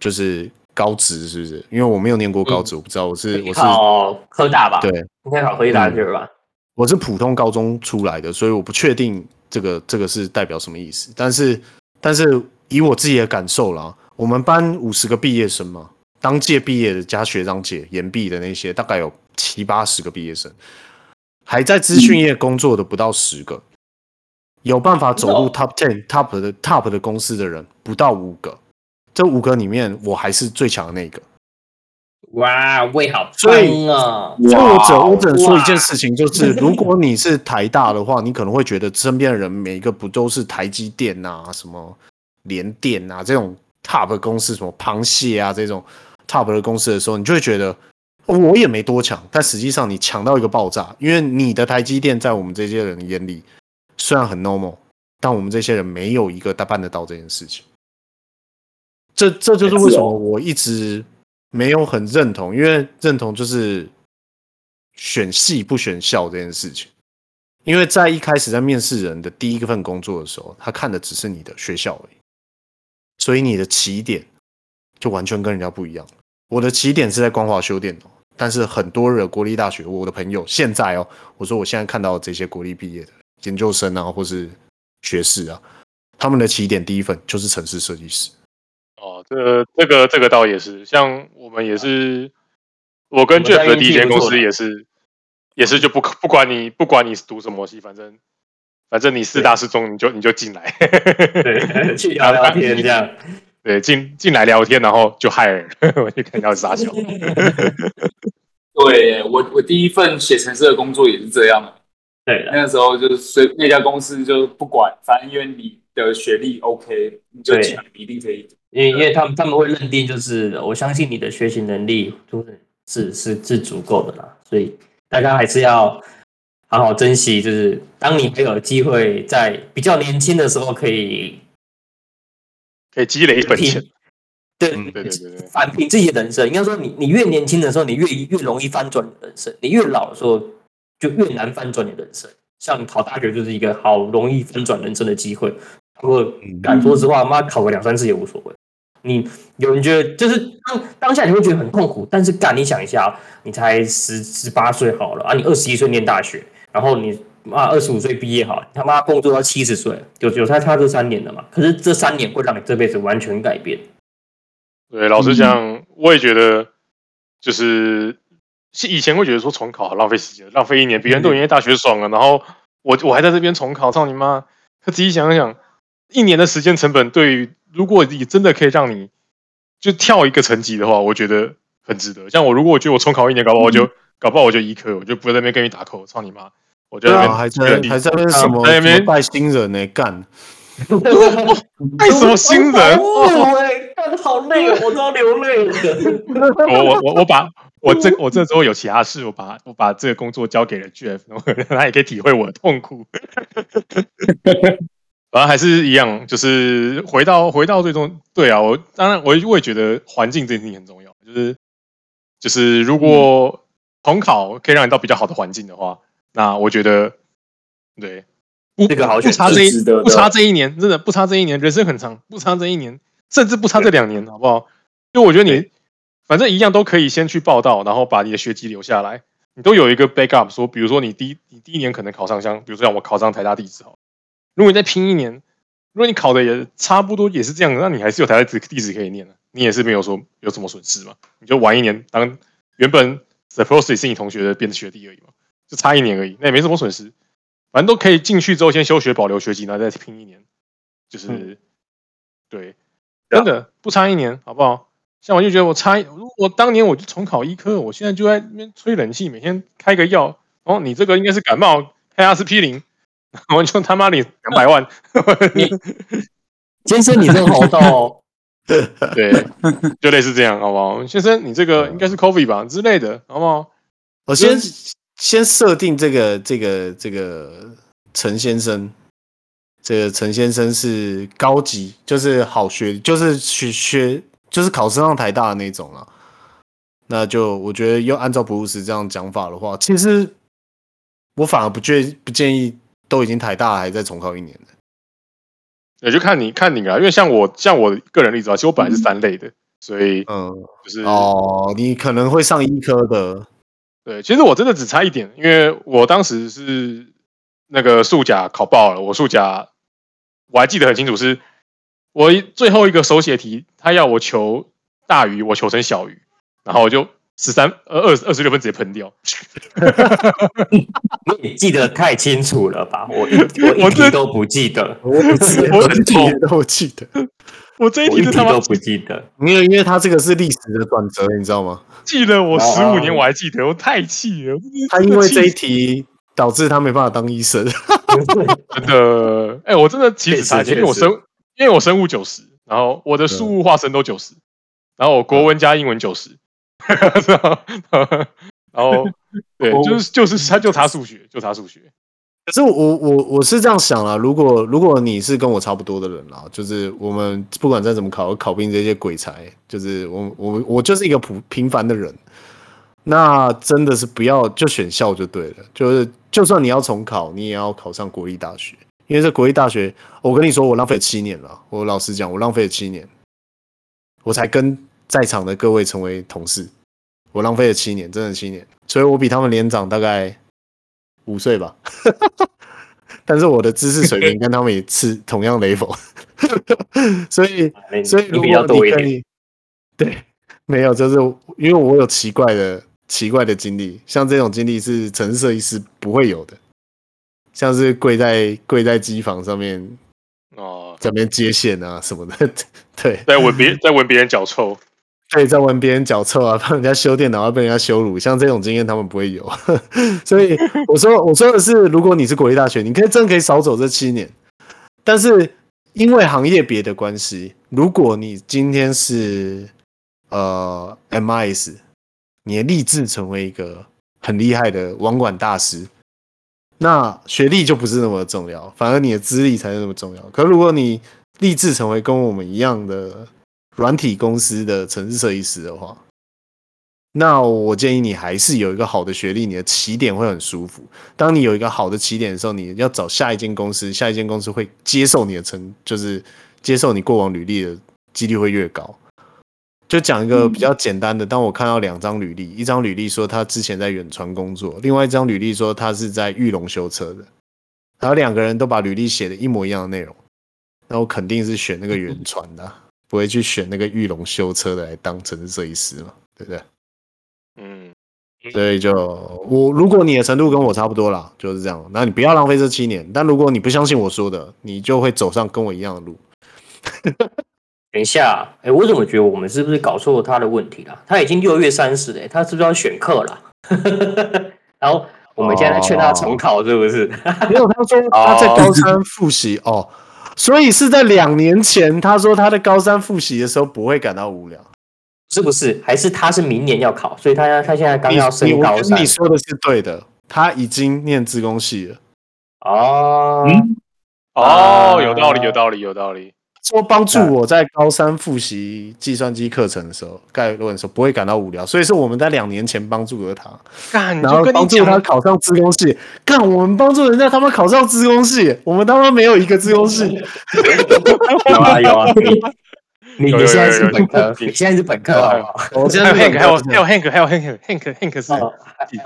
S2: 就是高职是不是？因为我没有念过高职，我不知道，我是我是
S1: 考科大吧，
S2: 对，
S1: 应该考科技大学吧。
S2: 我是普通高中出来的，所以我不确定这个这个是代表什么意思。但是，但是以我自己的感受啦，我们班五十个毕业生嘛，当届毕业的加学长姐、研毕的那些，大概有七八十个毕业生，还在资讯业工作的不到十个，有办法走入 top ten、top 的 top 的公司的人不到五个。这五个里面，我还是最强的那一个。
S1: 嗯哇，胃好
S2: 所以
S1: 棒啊！
S2: 所以我只我只能说
S1: 哇
S2: 一件事情，就是如果你是台大的话，你可能会觉得身边的人每一个不都是台积电啊、什么联电啊这种 top 的公司，什么螃蟹啊这种 top 的公司的时候，你就会觉得哦我也没多强，但实际上你强到一个爆炸，因为你的台积电在我们这些人眼里虽然很 normal，但我们这些人没有一个他办得到这件事情。这这就是为什么我一直没有很认同，因为认同就是选系不选校这件事情。因为在一开始在面试人的第一份工作的时候，他看的只是你的学校而已，所以你的起点就完全跟人家不一样。我的起点是在光华修电脑，但是很多人国立大学，我的朋友现在哦，我说我现在看到的这些国立毕业的，研究生啊，或是学士啊，他们的起点第一份就是城市设计师。
S3: 哦，这个这个这个倒也是，像我们也是，我跟
S1: 我们在
S3: Jeff 的第一
S1: NT
S3: 间公
S1: 不错
S3: 司
S1: 的
S3: 也是，也是就不不管你不管你读什么系，反正反正你四大四中你就你就进来，
S1: 对， 去聊聊天这样。
S3: 对，进进来聊天，然后就害人， 我就看到傻笑。
S4: 对我我第一份写程式的工作也是这样的，
S1: 对了，
S4: 那个时候就是随那家公司就不管，反正因为你的学历 OK，你就
S1: 对
S4: 进来你一定 可以。
S1: 因为因为他们他们会认定，就是我相信你的学习能力就是是是是足够的啦，所以大家还是要好好珍惜，就是当你还有机会在比较年轻的时候可以
S3: 可以积累一本钱
S1: 拼。，对
S2: 嗯
S3: 对对对对
S1: 反评自己的人生。应该说你，你越年轻的时候，你越越容易翻转你的人生；你越老的时候，就越难翻转你的人生。像考大学就是一个好容易翻转人生的机会。不过
S2: 嗯，
S1: 敢说实话，妈考个两三次也无所谓。你有人觉得就是当当下你会觉得很痛苦，但是干你想一下，你才十十八岁好了啊，你二十一岁念大学，然后你妈二十五岁毕业好了，你他妈工作到七十岁，有有差差这三年的嘛？可是这三年会让你这辈子完全改变。
S3: 对，老实
S2: 嗯
S3: 讲，我也觉得，就是是以前会觉得说重考好浪费时间，浪费一年，别人都已经在大学爽了，然后我我还在这边重考，操你妈！可仔细想想，一年的时间成本，对于如果你真的可以让你就跳一个层级的话，我觉得很值得。像我，如果我觉得我重考一年，搞不好我就、
S2: 嗯
S3: 搞不好我就一科，我就不在那边跟你打扣，操你妈！我就
S2: 对啊，
S3: 在那
S2: 还
S3: 边
S2: 在
S3: 原地
S2: 还在那边什么
S3: 在那边
S2: 什么带新人呢、干，
S3: 带 什么新 人？
S1: 哎，干的好累，我都要流泪了。
S3: 我我我我把我这我这周有其他事，我把我把这个工作交给了 Jeff，然后让他也可以体会我的痛苦。反正还是一样，就是回到回到最终，对啊，我当然我也我也觉得环境这件事情很重要，就是就是如果统考可以让你到比较好的环境的话，那我觉得对不
S1: 这个好
S3: 不
S1: 选择
S3: 差这一
S4: 是值得的
S3: 不差这一年，真的不差这一年，人生很长，不差这一年，甚至不差这两年，好不好？就我觉得你反正一样都可以先去报道，然后把你的学籍留下来，你都有一个 backup，说比如说你第一你第一年可能考上像，比如说像我考上台大地质好了，如果你再拼一年，如果你考的也差不多也是这样，那你还是有台大地地址可以念的、啊你也是没有说有什么损失嘛，你就玩一年当原本 supposed 是你同学的变成学弟而已嘛，就差一年而已，那也没什么损失，反正都可以进去之后先休学保留学籍，然后再拼一年，就是、
S1: 嗯
S3: 对，真的不差一年，好不好？像我就觉得我差一，如果当年我就重考医科，我现在就在那边吹冷气，每天开个药，然后你这个应该是感冒，开阿司匹林，然 后就他 妈领两百万，
S1: 先生，你真好到哦，
S3: 对，就类似这样，好不好？先生，你这
S1: 嗯
S3: 个应该是 coffee 吧之类的，好不好？
S2: 我先先设定这个这个这个陈先生，这个陈先生是高级，就是好学，就是学学就是考上台大的那种了。那就我觉得，要按照布鲁斯这样讲法的话，其实我反而不建不建议都已经台大了还在重考一年的。
S3: 也就看你看你啊，因为像我像我个人例子啊，其实我
S1: 嗯
S3: 本来是三类的，所以
S2: 嗯，
S3: 就是
S2: 哦，你可能会上医科的，
S3: 对，其实我真的只差一点，因为我当时是那个数甲考爆了，我数甲我还记得很清楚是，我一最后一个手写题，他要我求大于，我求成小于，然后我就十三呃二二十六分直接喷掉，
S1: 你记得太清楚了吧？我一我一
S3: 我这
S1: 题都不记得，
S2: 我一直
S3: 我
S2: 都记得。
S3: 我这一
S1: 我
S3: 题
S1: 一
S3: 是
S1: 题
S3: 他妈
S1: 都不记得。
S2: 没有，因为他这个是历史的转折，你知道吗？
S3: 记了我
S1: 哇
S3: 十五年，我还记得，我太气了，
S2: 他因为这一题导致他没办法当医生。
S3: 真的，哎、我真的岂止差一点，因为我
S1: 确实确
S3: 生，因为我生物九十，然后我的数物化生都九十，然后我国文加英文九十， 然后然后对，就是就是他就差数学，就差数学，
S2: 可是我我我是这样想啦，如果如果你是跟我差不多的人啦，就是我们不管再怎么考，考不赢这些鬼才，就是我我我就是一个普平凡的人，那真的是不要就选校就对了，就是就算你要重考，你也要考上国立大学，因为这国立大学，我跟你说，我浪费了七年了，我老实讲，我浪费了七年，我才跟在场的各位成为同事，我浪费了七年，真的七年，所以我比他们连长大概五岁吧。 但是我的知识水平跟他们也是同样 level，所以
S1: 你
S2: 所以
S1: 你
S2: 如
S1: 比较
S2: 果
S1: 多
S2: 你
S1: 一
S2: 可
S1: 点，
S2: 以，对，没有，就是因为我有奇怪的奇怪的经历，像这种经历是城市设计师不会有的，像是跪在跪在机房上面
S3: 哦，
S2: 在那边接线啊什么的， 对
S3: 在闻别在闻别人脚臭，
S2: 对，在闻别人脚臭啊，帮人家修电脑要被人家羞辱，像这种经验他们不会有， 所以我说我说的是，如果你是国立大学，你可以真的可以少走这七年，但是因为行业别的关系，如果你今天是呃 MIS，你的立志成为一个很厉害的网管大师，那学历就不是那么重要，反而你的资历才是那么重要。可如果你立志成为跟我们一样的软体公司的城市设计师的话，那我建议你还是有一个好的学历，你的起点会很舒服。当你有一个好的起点的时候，你要找下一间公司，下一间公司会接受你的成，就是接受你过往履历的几率会越高。就讲一个比较简单的，当我看到两张履历，一张履历说他之前在远传工作，另外一张履历说他是在玉龙修车的，然后两个人都把履历写的一模一样的内容，那我肯定是选那个远传的啊、不会去选那个玉龙修车的来当城市设计师嘛，对不对？
S3: 嗯，
S2: 所以就我，如果你的程度跟我差不多啦，就是这样。那你不要浪费这七年。但如果你不相信我说的，你就会走上跟我一样的路。
S1: 等一下，哎、我怎么觉得我们是不是搞错他的问题了？他已经六月三十了、他是不是要选课了？ 然后我们现在在劝他重考，是不是？
S2: 没有，他说他
S3: 哦
S2: 在高三复习哦，所以是在两年前，他说他在高三复习的时候不会感到无聊。
S1: 是不是？还是他是明年要考，所以他他现在刚
S2: 你
S1: 要升
S2: 你
S1: 高
S2: 我觉得
S1: 三
S2: 你说的是对的，他已经念自工系了，
S1: 哦。
S4: 嗯，
S3: 哦，有道理，有道理，有道理，
S2: 说帮助
S3: 嗯
S2: 我在高三复习计算机课程的时候，概论的时候不会感到无聊。所以是我们在两年前帮助了他。
S3: 干，
S2: 然后
S3: 就跟
S2: 帮
S3: 你
S2: 助他
S3: 讲，
S2: 考上资工系，干我们帮助人家他妈考上资工系，我们他妈没有一个资工 系，
S1: 有 啊有啊，你你
S3: 有有有有
S1: 你现在是本
S3: 有有
S1: 科
S3: 有，
S1: 你现在是本科好不好？
S2: 我现
S3: 还
S2: 在没
S3: 有 Hank，还有
S2: 资工
S3: 还
S2: 系
S3: 有 Hank，还有 Hank，Hank，Hank 是
S1: 哦，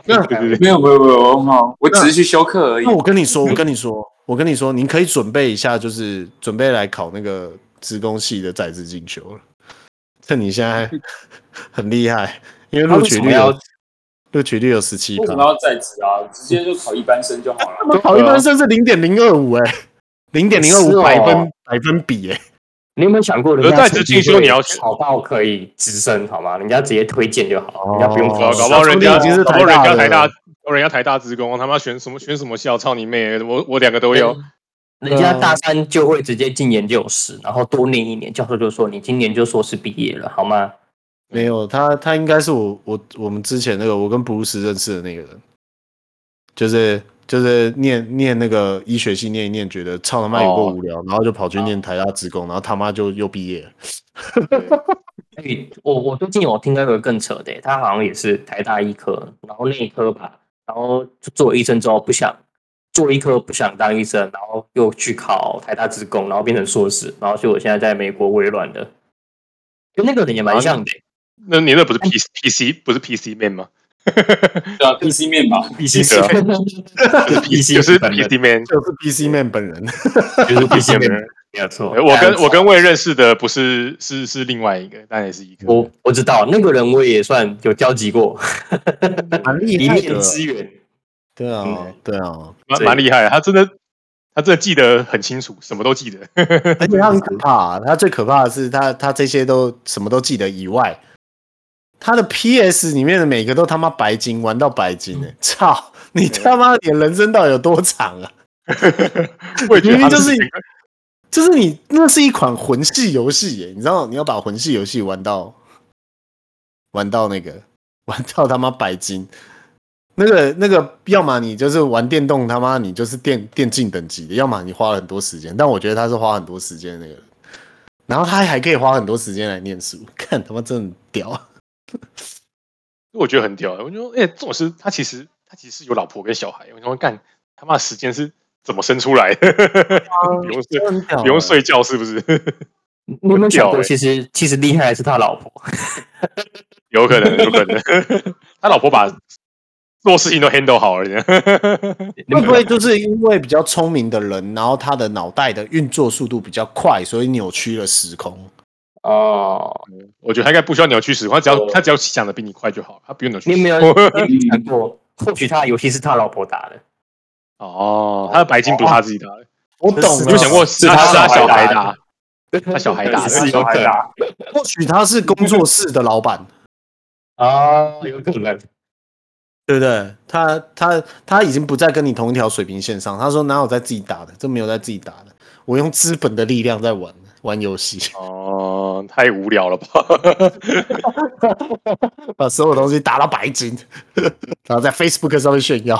S3: 对对对对，
S4: 没有没有没有，很好，我只是去修课而已
S2: 那。我跟你说，我跟你说，我跟你说，您可以准备一下，就是准备来考那个资工系的在职进修了。趁你现在很厉害，因为录取
S1: 他为什么
S2: 率
S1: 要
S2: 有录取率有十七
S4: 为什么要在职啊？直接就考一般生就好了。
S2: 考一般生是零点零二五哎，零点零二
S1: 是
S2: 五
S1: 哦
S2: 百分百分比哎、
S1: 你有没有想过，人
S3: 可
S1: 家
S3: 是在职进修你要去哦
S1: 考到可以直升好吗？人家直接推荐就好，
S2: 哦
S1: 人家不用
S3: 搞
S1: 考
S2: 哦
S1: 试，
S3: 搞不好人家
S2: 已经是
S3: 搞不好人家
S2: 台大
S3: 台大
S2: 了，
S3: 搞不好人家台大职工，他妈选什么选什么校，操你妹！我我两个都要，
S1: 人家大三就会直接进研究室，然后多念一年，教授就说你今年就硕士毕业了，好吗？
S2: 没有，他他应该是我我我们之前那个我跟布鲁斯认识的那个人，就是就是念念那个医学系念一念，觉得操他妈有够
S3: 哦
S2: 无聊，然后就跑去念台大职工，然后他妈就又毕业了。
S3: 对
S1: 所以我我最近有听到一个更扯的、他好像也是台大医科，然后内科吧，然后做医生之后不想做医科，不想当医生，然后又去考台大职工，然后变成硕士，然后所以我现在在美国微软的，跟那个人也蛮像的、
S3: 那你那不是 P P C 不是 P C 面吗？
S4: 对啊，PC 面吧，
S1: 必
S3: 须的啊
S1: 必须
S3: 就是
S1: 本
S3: P
S1: 人
S3: C 面。
S2: 就是 BC Man 本人，
S1: 就是必须本人，没有错。
S3: 哎我跟我跟魏认识的不是是是另外一个，但也是一个。
S1: 我我知道那个人，我也算有交集过，
S2: 蛮
S1: 一
S2: 厉害
S1: 面
S2: 的。
S1: 之缘。
S2: 对啊，对啊，
S3: 蛮
S1: 对
S3: 蛮厉害的，他真的，他真的记得很清楚，什么 都记得。
S2: 而且他很可怕、啊他最可怕的是他他这些都什么都记得以外，他的 PS 里面的每个都他妈白金，玩到白金呢、欸操！你他妈你的人生到底有多长啊？
S3: 我也觉得
S2: 明明
S3: 他
S2: 就是
S3: 整个
S2: 就是你那是一款魂系游戏耶，你知道你要把魂系游戏玩到玩到那个 玩到他妈白金，那个那个，要么你就是玩电动他妈你就是电电竞等级的，要么你花了很多时间，但我觉得他是花很多时间的那个人，然后他还可以花很多时间来念书， 看他妈真的很屌，
S3: 我觉得很屌。我就说，哎、这种事，他其实他其实有老婆跟小孩。我说，干他妈时间是怎么生出来的？ 不用睡，
S2: 真的很屌
S3: 不用睡觉是不是？
S1: 你有没有想
S3: 很屌欸
S1: 过，其实其实厉害的是他老婆，
S3: 有可能，有可能。他老婆把做事情都 handle 好了。这样
S2: 会不会就是因为比较聪明的人，然后他的脑袋的运作速度比较快，所以扭曲了时空？
S4: 哦，
S3: 我觉得他应该不需要扭曲时空，他只要他只要想的比你快就好，他不用扭曲
S1: 你
S3: 时
S1: 有
S3: 空。
S1: 没有
S4: 嗯
S1: 你有没有想过，或许他的游戏是他老婆打的，
S3: 哦， 他的白金不是他自己打的，
S2: 我懂啊了。
S3: 你有没有想过
S4: 哦是
S3: 他
S4: 他
S3: 是他
S4: 小
S3: 小
S4: 孩
S3: 孩
S4: 打
S3: 打，他小孩 打的
S4: 是有可能。
S2: 或许他是工作室的老板，
S1: 啊，有可能。
S2: 对不对？他他他已经不再跟你同一条水平线上。他说：“哪有在自己打的？这没有在自己打的，我用资本的力量在玩玩游戏，
S3: 哦，太无聊了吧？
S2: 把所有东西打到白金，然后在 Facebook 上面炫耀。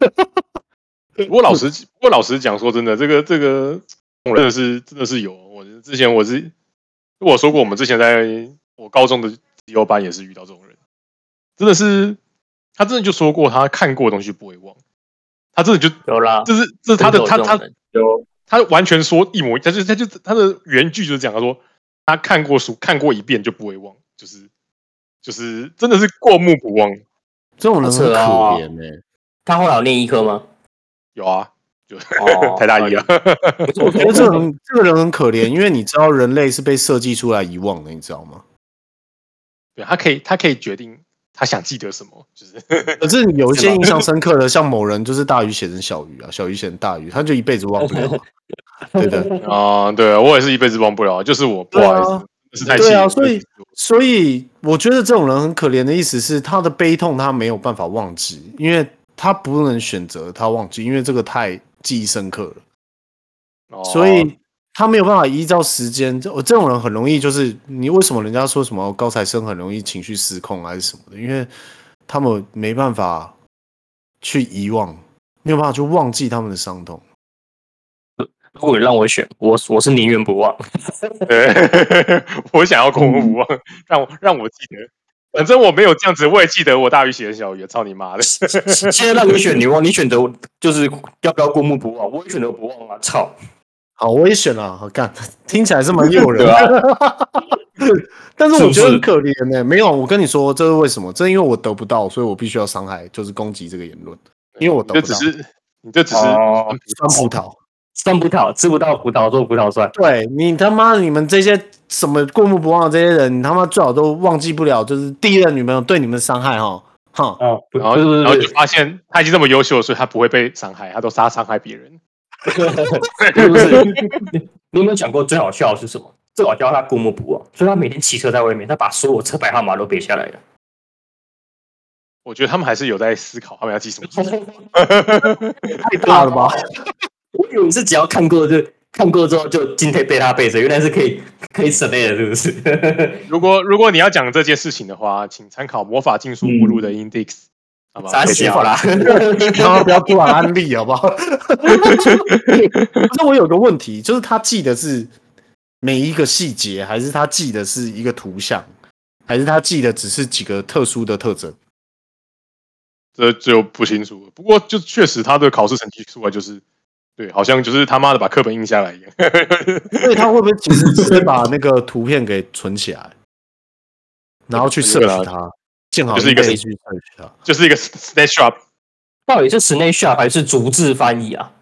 S3: 不过老实，不过老实讲，说真的，这个这个，我真的是真的是有。我之前我是我说过，我们之前在我高中的自由班也是遇到这种人，真的是他真的就说过，他看过的东西不会忘，他真的就
S1: 有啦，
S3: 这是这是他的他
S1: 啊真有
S3: 他
S1: 这种人
S4: 有
S3: 他完全说一模，他就他就他的原句就是讲，他说他看过书看过一遍就不会忘，就是就是真的是过目不忘。”
S2: 这种人很可怜呢、
S1: 他后来有念医科吗？
S3: 有啊，，
S1: 哦哎
S3: 太大意了。
S2: 欸我觉得这个人这个人很可怜，因为你知道人类是被设计出来遗忘的，你知道吗？
S3: 对，他可以，他可以决定他想记得什么，就是
S2: 可是你有一些印象深刻的，像某人就是大鱼写成小鱼啊，小鱼写成大鱼，他就一辈子忘不了啊、对不对？
S3: 啊、对我也是一辈子忘不了，啊就是我不好意思，真的是太气
S2: 对啊
S3: 了
S2: 所以所以我觉得这种人很可怜的意思是，他的悲痛他没有办法忘记，因为他不能选择他忘记，因为这个太记忆深刻了。
S3: 哦
S2: 所以他没有办法依照时间。这这种人很容易就是你为什么人家说什么高材生很容易情绪失控啊还是什么的，因为他们没办法去遗忘，没有办法去忘记他们的伤痛。
S1: 如果你让我选，我我是宁愿不 忘。
S3: 对， 我想要过目
S2: 嗯
S3: 不忘，让我让我记得，反正我没有这样子，我也记得我大鱼写的小鱼，操你妈的！
S1: 现在让你选，你忘，你选择就是要不要过目不忘，我也选择不忘啊！操，
S2: 好，我也选了，好干，听起来是蛮诱人
S4: 对
S2: 的。 但是我觉得
S1: 是
S2: 很
S1: 不
S2: 可怜呢、没有，我跟你说，这是为什么？这因为我得不到，所以我必须要伤害，就是攻击这个言论，因为我得
S3: 就
S2: 不
S3: 只
S2: 到。
S3: 是你这只是、
S1: 哦，
S2: 酸葡萄，
S1: 酸葡萄吃不到葡萄说葡萄酸，
S2: 对你他妈，你们这些什么过目不忘的这些人，你他妈最好都忘记不了，就是第一任女朋友对你们的伤害哈。哈，
S1: 哦，不
S3: 然后
S1: 不是不是
S3: 然后
S1: 不
S3: 你
S1: 是
S3: 发现他已经这么优秀了，所以他不会被伤害，他都杀伤害别人。
S1: 不是不是，你你有没有想过最好笑的是什么？最好笑他过目不忘，所以他每天骑车在外面，他把所有车牌号码都背下来了。
S3: 我觉得他们还是有在思考他们要记什么事情。
S2: 太大了吧？
S1: 我以为是只要看过就看过之后就今天背他背着，原来是可以可以省略的，是不是？
S3: 如果如果你要讲这件事情的话，请参考《魔法禁书目
S2: 嗯
S3: 录》的 Index，、好吧？
S1: 傻小啦，
S2: 他妈不要突然安利好不好？不是，我有个问题，就是他记得是每一个细节，还是他记得是一个图像，还是他记得只是几个特殊的特 征？
S3: 这就不清楚了。不过就确实他的考试成绩出来就是，对，好像就是他妈的把课本印下来一样。
S2: 所以他会不会其实只是把那个图片给存起来，然后去摄取它？幸好
S3: 就是一个
S2: 可以去摄取它。
S3: 就是一个 snapshot。
S1: 到底是室内 shop 还是逐字翻译啊？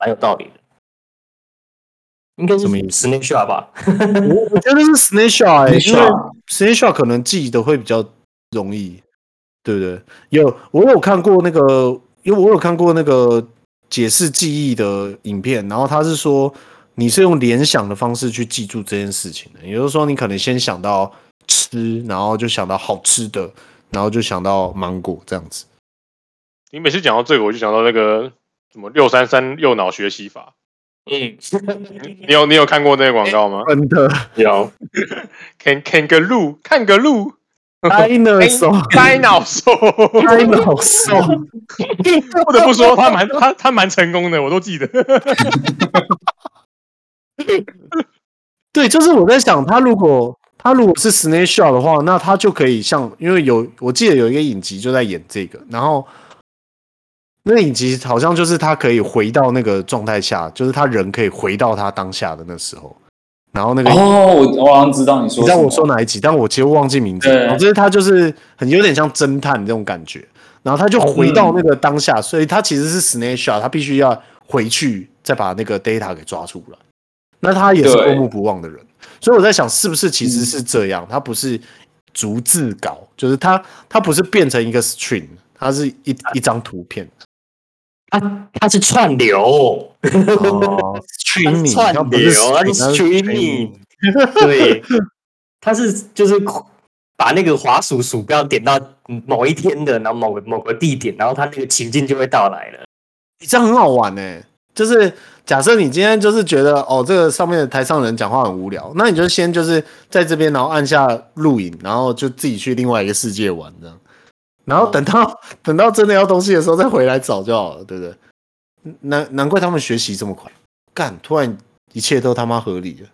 S1: 蛮有道理的，应该是
S2: 什么意思
S1: 室内 shop 吧？
S2: 我我觉得是 snapshot，、欸、因
S4: Snapshot
S2: 为 snapshot 可能记得会比较容易，对不对？有我有看过那个，因为我有看过那个解释记忆的影片，然后他是说你是用联想的方式去记住这件事情的，也就是说你可能先想到吃，然后就想到好吃的，然后就想到芒果这样子。
S3: 你每次讲到这个，我就想到那个什么六三三右脑学习法。
S4: 嗯
S3: 你你有你有看过那个广告吗
S2: 真的
S4: 有
S3: ？Can can 个路看个路，
S2: ，dinosaur。
S3: 呆脑兽。
S2: 开脑兽，
S3: 不哎得不说，他蛮他他蛮成功的，我都记得。
S2: 对，就是我在想，他如果他如果是 snapshot 的话，那他就可以像，因为有我记得有一个影集就在演这个，然后那个影集好像就是他可以回到那个状态下，就是他人可以回到他当下的那时候，然后那个、
S4: 哦，我我好像知道你说
S2: 你知
S4: 什
S2: 道
S4: 么
S2: 我说哪一集，但我其实忘记名字了，
S4: 对
S2: 总之他就是很有点像侦探这种感觉。然后他就回
S4: 嗯
S2: 到那个当下，所以他其实是 snapshot，他必须要回去再把那个 data 给抓出来。那他也是过
S4: 对嗯
S2: 目不忘的人，所以我在想，是不是其实是这样？他不是逐字稿，就是他他不是变成一个 string，它是一一张图 片。
S1: 它啊它是串流，
S2: 哦，streaming，
S1: 串
S2: 它不是
S1: 流它是
S2: string，它
S1: streaming 对，它是就是把那个滑鼠鼠标点到某一天的，然后某个某个地点，然后它那个情境就会到来了。
S2: 这样很好玩呢、就是假设你今天就是觉得哦，这个上面的台上人讲话很无聊，那你就先就是在这边，然后按下录影，然后就自己去另外一个世界玩这样。然后等到、 等到真的要东西的时候再回来找就好了，对不对？难难怪他们学习这么快，干突然一切都他妈合理了。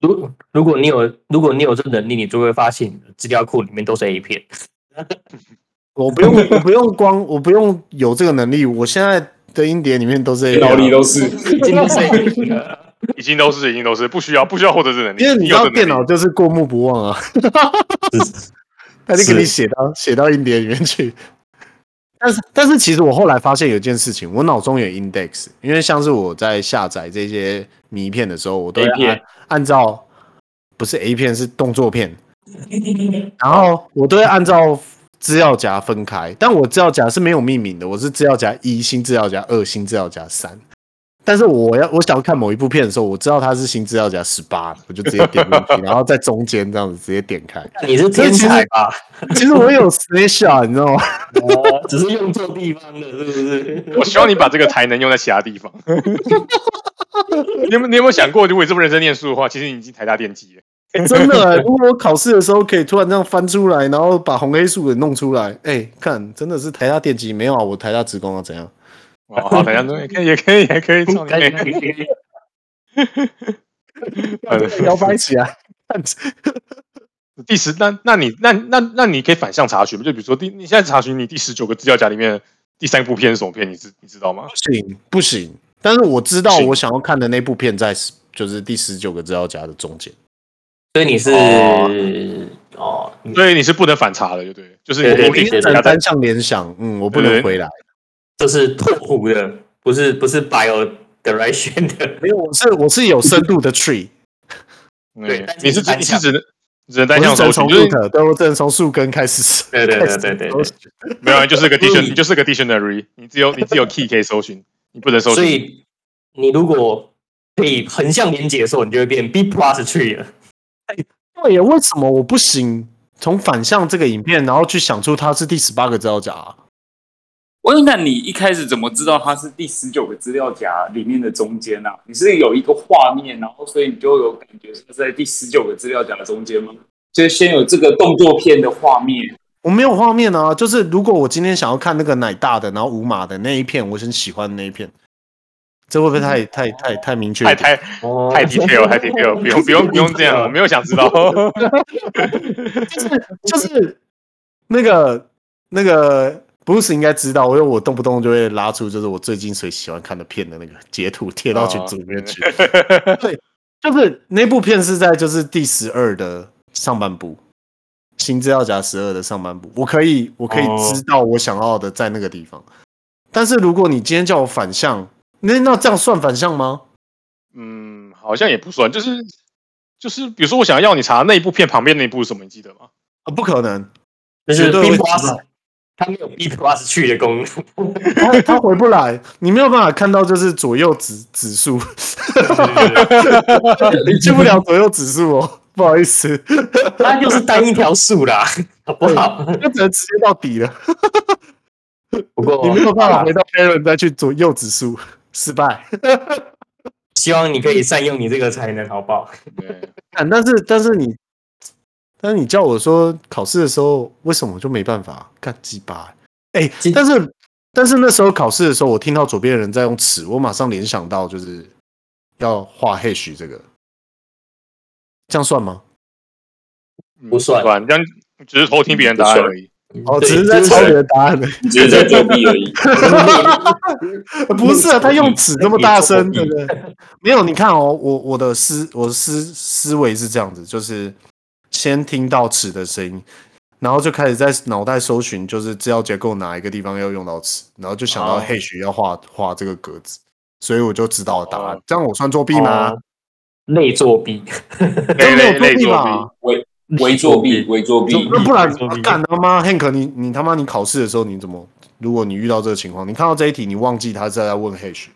S1: 如如果你有如果你有这能力，你就会发现你的资料库里面都是 A 片。
S2: 我不用我不用光我不用有这个能力，我现在的音碟里面都是啊 A
S4: 脑里都 是。
S1: 已经都是 A 片了。
S3: 已经都是，已经都是，不需要，不需要获得这能力。
S2: 因为你知
S3: 有
S2: 道
S3: 这能力
S2: 电脑就是过目不忘啊， 他就给你写到写到硬碟里面去。但是但是其实我后来发现有一件事情，我脑中有 index，因为像是我在下载这些迷片的时候，我都
S4: A
S2: 会
S4: 片
S2: 按按照不是 A 片是动作片，然后我都会按照资料夹分开，但我资料夹是没有命名的，我是资料夹一、新资料夹二、新资料夹三。但是我要我想要看某一部片的时候，我知道它是新资料夹十八，我就直接点进去，然后在中间这样子直接点开。
S1: 你是天才吧？
S2: 其实我有 special，你知道吗？
S1: 哦只是用错地方了，是不 是？
S3: 我希望你把这个才能用在其他地方。 你有没有你有没有想过，如果你这么认真念书的话，其实你已经台大电机 了。
S2: 真的、欸，如果我考试的时候可以突然这样翻出来，然后把红黑素给弄出来，哎、看真的是台大电机没有啊，我台大职工啊怎 样？
S3: 哦，好，台大中也可以，也可以，也可以，操你
S1: 可以
S3: 妹！
S1: 可以可以
S2: 摇摆起来，看
S3: 呃 第十，那那你那那那你可以反向查询，就比如说第你现在查询你第十九个资料夹里面第三部片是什么片，你知你知道吗
S2: 不？行不行，但是我知道
S3: 不行
S2: 我想要看的那部片在十就是第十九个资料夹的中间。
S1: 所以你是哦，你
S3: 所以你是不能反查的，就对了，就是你
S1: 对
S3: 你可以
S1: 对
S2: 只
S3: 直
S1: 对
S3: 接
S2: 能
S3: 在
S2: 单向联想，嗯，我不
S3: 对
S2: 能
S3: 对
S2: 回来。
S1: 这是拓扑的，不是不是 bio direction 的。
S2: 没有，我是我是有深度 的 tree，
S1: 对
S3: 嗯
S1: 但是
S3: 你
S1: 你
S3: 是
S1: 是
S3: 只
S1: 单
S3: 你是
S1: 向
S3: 只能只能
S2: 我
S3: 单
S2: 是
S3: 向
S2: 只能
S3: 搜
S2: 从
S3: 寻，就是
S2: root，对我只能从树根开始搜。
S1: 对对
S2: 开
S1: 对
S2: 始
S1: 对对
S2: 搜
S1: 对
S2: 寻。
S3: 没有，你 就是个 diction，你就是个 dictionary，你只有你只有 key 可以搜寻，你不能搜
S1: 所
S3: 寻。
S1: 以你如果可以横向连接的时候，你就会变 B plus tree 了。
S2: 对耶，为什么我不行？从反向这个影片，然后去想出它是第十八个资料夹、啊，
S4: 我说，那你一开始怎么知道它是第十九个资料夹里面的中间啊？你是有一个画面，然后所以你就有感觉是在第十九个资料夹的中间吗？就是先有这个动作片的画面，
S2: 我没有画面啊。就是如果我今天想要看那个奶大的，然后无码的那一片，我很喜欢的那一片，这会不会太太太太明确一
S3: 太
S2: 点？
S3: 太
S1: 哦
S3: 太 detail 了太 detail，了不 用不用不用这样，我没有想知道。
S2: 就是那个那个 Bruce 应该知道，因为我动不动就会拉出就是我最近最喜欢看的片的那个截图贴到群组里面去。 对，就是那部片是在就是第十二的上半部，新资料夹十二的上半部，我可以我可以
S1: 哦
S2: 知道我想要的在那个地方。但是如果你今天叫我反向，那那这样算反向吗？
S3: 嗯，好像也不算，就是就是，比如说我想要你查那一部片旁边那一部是什么，你记得吗？
S2: 啊，不可能，
S1: 就
S2: 绝
S1: 是
S2: 对
S1: B
S2: 会知道
S1: plus，它没有 B plus tree 的功能。
S2: 他他回不来，你没有办法看到就是左右指指数， 你去不了左右指数哦，不好意思，
S1: 它就是单一条数啦， 好不好？
S2: 就只能直接到底了，
S1: 不过
S2: 你没有办法回到 Aaron 再去左右指数，失败。
S1: 希望你可以善用你这个才能，好不好？
S3: 对，
S2: 啊，但是但是你，但是你叫我说考试的时候，为什么我就没办法干鸡巴？哎、
S1: 鸡
S2: 但是但是那时候考试的时候，我听到左边的人在用尺，我马上联想到就是要画 hash 这个，这样算吗？
S3: 嗯
S1: 不算
S3: 不算，这样只是偷听别人答案而已。
S2: 哦，
S1: 对
S2: 只是在抄
S1: 就是
S2: 别人答案的，
S4: 你只是在作弊而 已。
S2: 不是啊，他用尺那么大声，
S1: 你作
S2: 对
S1: 弊
S2: 不对？ 没有，你看哦，我我的思我的思思维是这样子，就是先听到尺的声音，然后就开始在脑袋搜寻，就是资料结构哪一个地方要用到词，然后就想到
S1: 哦
S2: hash 要画画这个格子，所以我就知道了答案。
S3: 哦
S2: 这样我算作弊吗？
S1: 哦内作弊，
S2: 这
S3: 累
S2: 样嗯没
S3: 累
S2: 有作
S3: 累
S2: 弊
S3: 作
S2: 吧
S3: 弊，？
S4: 伪作 弊，伪作弊
S3: 作，弊
S2: 那不然啊
S3: 作弊
S2: 干他妈 Hank，你你他妈你考试的时候你怎么？如果你遇到这个情况，你看到这一题，你忘记他在在问 hash，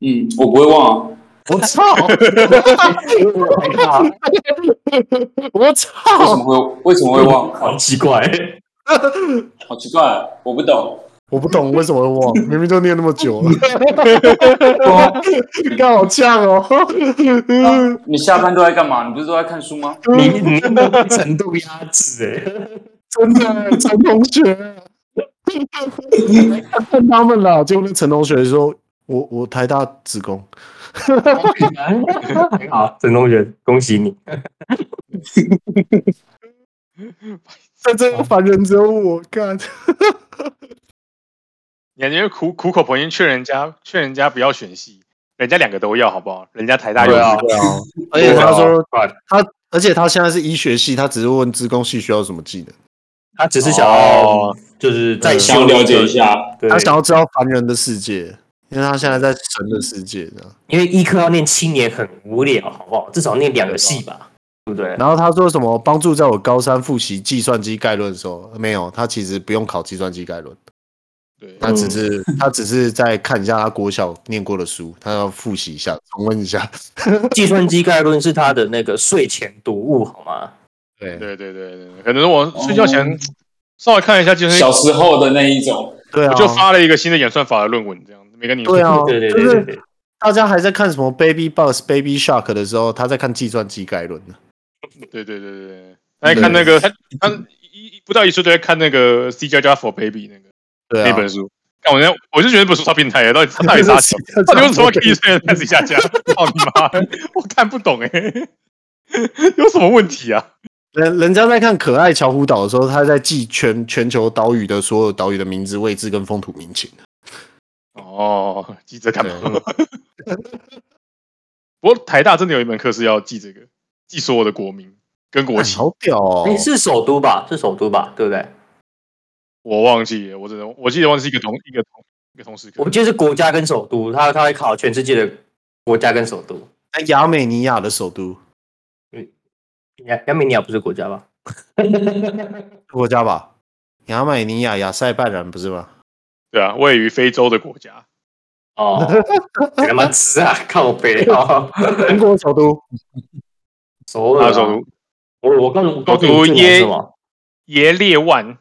S4: 嗯，我不会忘啊。
S2: 我 操！我
S4: 为什
S2: 操！
S4: 么会为什么会忘？
S1: 好奇怪，
S4: 好奇怪啊，我不懂。
S2: 我不懂为什么会忘，明明就念那么久了，干好呛哦！嗯
S4: 啊你下班都在干嘛？你不是都在看书吗？
S1: 你你那程度压制哎、
S2: 真的，陈同学，看他们啦。结果那陈同学说：“我我台大职工，
S1: 很 好，陈同学，恭喜你！
S2: 在这个凡人只有我干。
S3: 你感觉苦苦口婆心劝人家，劝人家不要选系，人家两个都要，好不好？人家台大有
S1: 对啊
S3: 一个”
S2: 而且他说
S1: 对啊
S2: 他，而且他现在是医学系，他只是问职工系需要什么技能，
S1: 他只是想要
S3: 哦
S1: 就是在
S4: 想要了解一，下，
S1: 对，
S2: 他想要知道凡人的世界，因为他现在在神的世界这样。
S1: 因为医科要念七年很无聊，好不好？至少念两个系吧，对不对？
S2: 然后他说什么帮助在我高三复习计算机概论的时候，没有，他其实不用考计算机概论，
S3: 对，
S2: 他
S1: 嗯
S2: 只是、他只是在看一下他国小念过的书，他要复习一下，重温一下。
S1: 计算机概论是他的那个睡前读物，好吗？
S2: 对
S3: 对对对对，可能我睡觉
S2: 哦
S3: 前稍微看一下计算
S4: 小
S3: 机，
S4: 时候的那一种，
S2: 对啊，
S3: 我就发了一个新的演算法的论文，这样没跟你说
S2: 对啊，
S1: 对对
S2: 就
S1: 对对
S2: 是
S1: 对，
S2: 大家还在看什么 Baby Boss、Baby Shark 的时候，他在看计算机概论呢。
S3: 对对对对对，他在看那个他他一一不到一岁就在看那个 C 加加 for baby 那个
S2: 对
S3: 那
S2: 啊，
S3: 本书。看我那我就觉得那本书超变态的，到 底他到底啥球？到底为什么要给一岁人开始下架？ 操你妈！我看不懂哎、有什么问题啊？
S2: 人人家在看《可爱乔湖岛》的时候，他在记全全球岛屿的所有岛屿的名字、位置跟风土民情。
S3: 哦，记这干嘛
S2: 对？
S3: 不过台大真的有一门课是要记这个，记所有的国民跟国
S2: 哇，
S3: 旗，
S2: 好屌哦！
S1: 哎，是首都吧？是首都吧？对不对？
S3: 我忘记了，我真的我记得忘记是一个同一个同一个同事课
S1: 我，记得是国家跟首都，他他会考全世界的国家跟首都。
S2: 那亚美尼亚的首都
S1: 亚亚美尼亚不是国家吧？
S2: 国家吧？亚美尼亚、亚塞拜然不是吗？
S3: 对啊，位于非洲的国家，
S1: 哦，你他妈吃啊，靠北啊！
S2: 中国首都
S1: 首尔、
S3: 它
S1: 啊，
S3: 的首都
S1: 我我刚我告诉
S3: 首都
S1: 你最难
S3: 耶
S1: 是吗？
S3: 耶列万，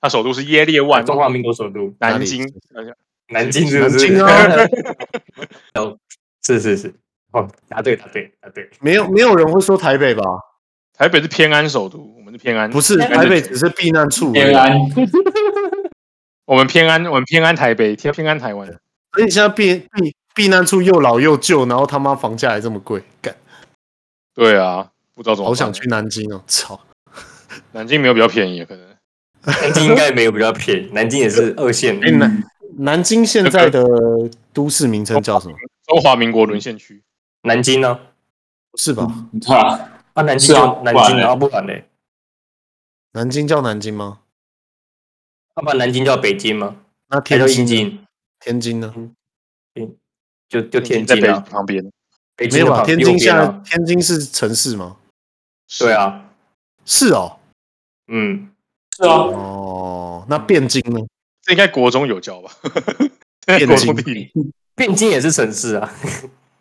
S3: 它首都是耶列万，
S1: 中华民国首都
S3: 南京
S2: 哪里，
S1: 南京是不
S2: 南
S1: 是？京啊，是是是，哦，答对答对答对，
S2: 没有没有人会说台北吧？
S3: 台北是偏安首都，我们是偏安，
S2: 不是，
S3: 偏安
S2: 台北只是避难处而
S4: 原
S2: 已。
S1: 啊
S4: 来
S3: 我们偏安，我们偏安台北，偏偏安台湾。
S2: 而且现在避避避难处又老又旧，然后他妈房价还这么贵，干
S3: 对啊，不知道怎么办，
S2: 好想去南京哦！操，
S3: 南京，没有比较便宜，可能
S1: 南京应该没有比较便宜，南京也是二线。
S2: 哎、南南京现在的都市名称叫什么？
S3: 中华民国沦陷区。
S1: 南京呢？
S2: 不是吧？
S4: 你看啊，
S1: 啊，南京
S4: 是
S1: 就
S4: 啊
S1: 南
S4: 不然
S1: 京，
S4: 嘞
S1: 然后不然嘞，
S2: 南京叫南京吗？
S1: 要啊不然南京叫北京吗？
S2: 那
S1: 还
S2: 天
S1: 叫
S2: 津啊
S1: 天
S2: 呢？
S1: 津，
S2: 天津呢？
S1: 就就天
S3: 嗯在
S1: 津
S3: 北
S1: 啊，
S3: 旁边。
S1: 北
S2: 没
S1: 京
S2: 有
S1: 的
S2: 吧？
S1: 旁
S2: 天
S1: 右
S2: 津现
S1: 边
S2: 在
S1: 啊，
S2: 天津是城市吗？
S1: 对啊，
S2: 是哦，
S1: 嗯，
S4: 是啊，
S2: 哦，那汴京呢？
S3: 这应该国中有教吧？
S2: 京
S3: 国中地理
S1: 汴京也是城市啊，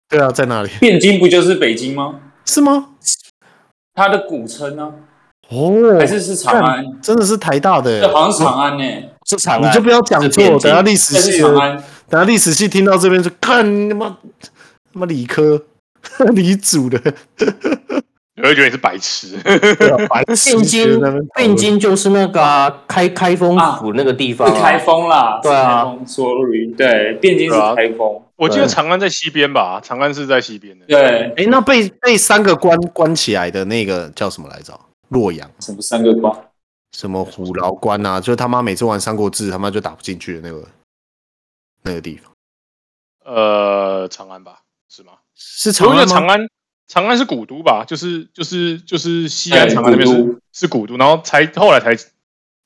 S2: 对啊，在哪里？
S4: 汴京不就是北京吗？
S2: 是吗？
S4: 它的古称呢、
S2: 哦，
S4: 还是是长安？
S2: 真的是台大的耶、欸
S4: 这好像是长安呢、
S1: 是长安。
S2: 你就不要讲
S1: 啊是
S2: 错，等
S1: 汴京
S2: 下 历史
S4: 这是
S2: 系
S4: 长
S2: 的
S4: 安，
S2: 等下历史系听到这边就看他妈他妈理科 理组的，
S3: 我会觉得你是白痴。
S2: 对啊白痴
S1: 汴京，汴京就是那个啊，开开封府那个地方
S4: 是
S1: 啊，
S4: 开封啦，
S1: 对啊
S4: 是开封，sorry，对，汴京
S3: 对啊
S4: 是开封，
S3: 我记得长安在西边吧？长安是在西边的。
S4: 对，
S2: 哎，那被被三个关关起来的那个叫什么来着？洛阳
S4: 什么三个关？
S2: 什么虎牢关啊？就他妈每次玩《三国志》他妈就打不进去的那个那个地方，
S3: 呃，长安吧？是吗？
S2: 是
S3: 我
S2: 长
S3: 记得
S2: 安
S3: 长
S2: 吗？
S3: 安，长安是古都吧？就是就是就是西安
S4: 对
S3: 长安那边
S4: 古
S3: 是是古都，然后才后来才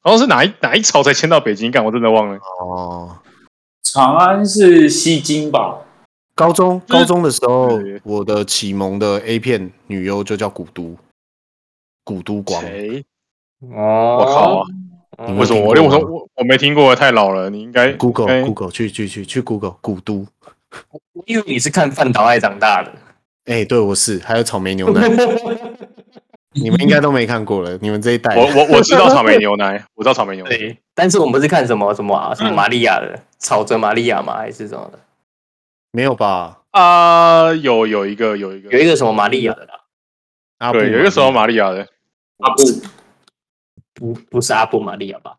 S3: 好像是哪一哪一朝才迁到北京干，我真的忘了。
S2: 哦，
S4: 长安是西京吧？
S2: 高中
S3: 就是
S2: 高中的时候
S3: 对，
S2: 我的启蒙的 A 片女优就叫古都，古都光。
S3: 谁？
S1: 哦，
S3: 我靠啊！
S2: 你
S3: 为
S2: 们
S3: 什么
S2: 听
S3: 我
S2: 过
S3: 连我
S2: 吗
S3: 说我我没听过，啊太老了。你应该哎
S2: Google
S3: 应该
S2: Google 去去去去 Google 古都。
S1: 我以为你是看饭岛爱长大 的，
S2: 哎、对我是，还有草莓牛奶，你们应该都没看过了，你们这一代。
S3: 我我我知道草莓牛奶，我知道草莓牛 奶。
S1: 对，但是我们是看什么什么啊？什么玛利亚的，吵着玛利亚嘛，还是什么的？
S2: 没有吧？
S3: 啊，有有一个有一个
S1: 有一个什么玛利亚的啦，
S2: 阿布
S3: 对，有一个什么玛利亚的，
S4: 啊不，
S1: 不不是阿布玛利亚吧？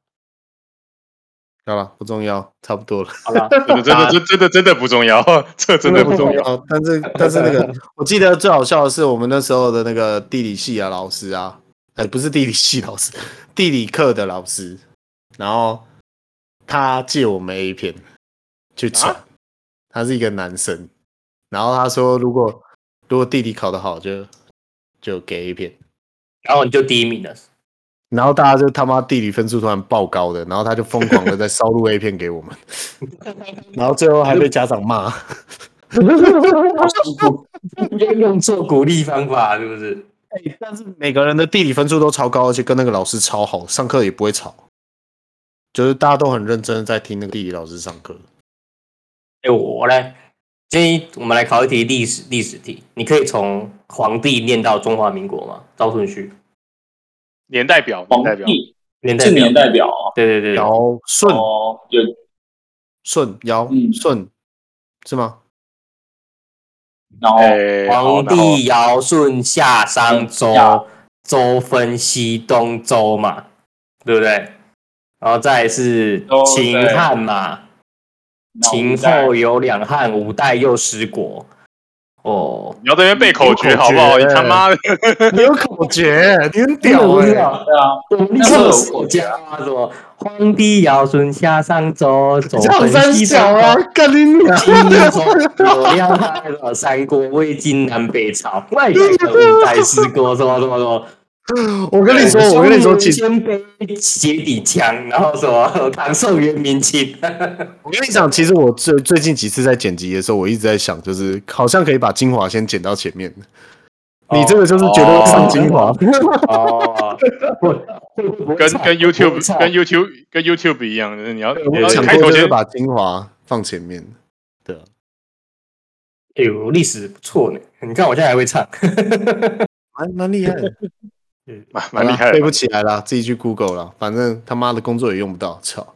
S2: 好了，不重要，差不多了，
S1: 好啦，
S3: 真的真 的真真的真的不重要， 这真的不重要。
S2: 要。哦 但是但是那个，我记得最好笑的是我们那时候的那个地理系啊老师啊，哎、不是地理系老师，地理课的老师，然后他借我们 A 片去传，
S3: 啊
S2: 他是一个男生，然后他说如果如果地理考得好就就给 A 片。
S1: 然后你就第一名了。
S2: 然后大家就他妈地理分数突然爆高的，然后他就疯狂的在烧录 A 片给我们，然后最后还被家长骂。
S1: 你就用错鼓励方法是不是？
S2: 哎但是每个人的地理分数都超高，而且跟那个老师超好，上课也不会吵，就是大家都很认真的在听那个地理老师上课。
S1: 哎、我来建议我们来考一题历史历史题，你可以从皇帝念到中华民国吗？照顺序，
S3: 年代表，年
S4: 皇
S3: 代表，
S4: 帝
S1: 年代
S4: 是
S1: 表
S4: 年代表啊。
S1: 对对对，
S2: 尧舜
S4: 哦，有
S2: 舜尧
S4: 嗯
S2: 舜是吗？
S4: 然后
S3: 哎，好
S1: 皇帝尧舜夏商周
S4: 夏，
S1: 周分西东周嘛，对不对？然后再来是
S4: 周
S1: 秦
S4: 对
S1: 汉嘛，
S4: 然
S1: 秦
S4: 再
S1: 后有两汉，五代又十国。哦，
S3: 你要这边背口诀
S2: 口
S3: 好不好？你
S2: 诀
S3: 他妈的，
S2: 你有口诀，你很
S1: 真的
S2: 屌
S1: 不
S2: 哎、
S1: 知道
S4: 对啊，
S1: 欸我们历史老师有教啊，什么皇帝尧舜夏商周，周
S2: 这样
S1: 分
S2: 三
S1: 西
S2: 小啊， 干你娘！
S1: 东周，有两汉，什么三国、魏晋南北朝，外有五代十国，什么什么什么。
S2: 我跟你说，我 跟你说，哦请
S1: 先背鞋底枪，然后什么 唐宋元明 清，
S2: 我跟你讲，其实我最最近几次在剪辑的时候，我一直在想，就是好像可以把精华先剪到前面。
S3: 哦
S2: 你这个就是绝对上精华，
S1: 哦，会会不会
S3: 跟
S1: 唱
S3: 跟 YouTube
S1: 会唱
S3: 跟 YouTube 跟 YouTube 一样，就是你要你
S2: 我
S3: 要
S2: 抢
S3: 开
S2: 过
S3: 头
S2: 就是
S3: 先
S2: 把精华放前面。对啊，
S1: 哎呦，历史不错呢，你看我现在还会唱。
S2: 蛮蛮厉害的，
S3: 蛮 蛮厉
S2: 好
S3: 害
S2: 啦背
S3: 的
S2: 不。起来啦，自己去 Google 啦，反正他妈的工作也用不到，操！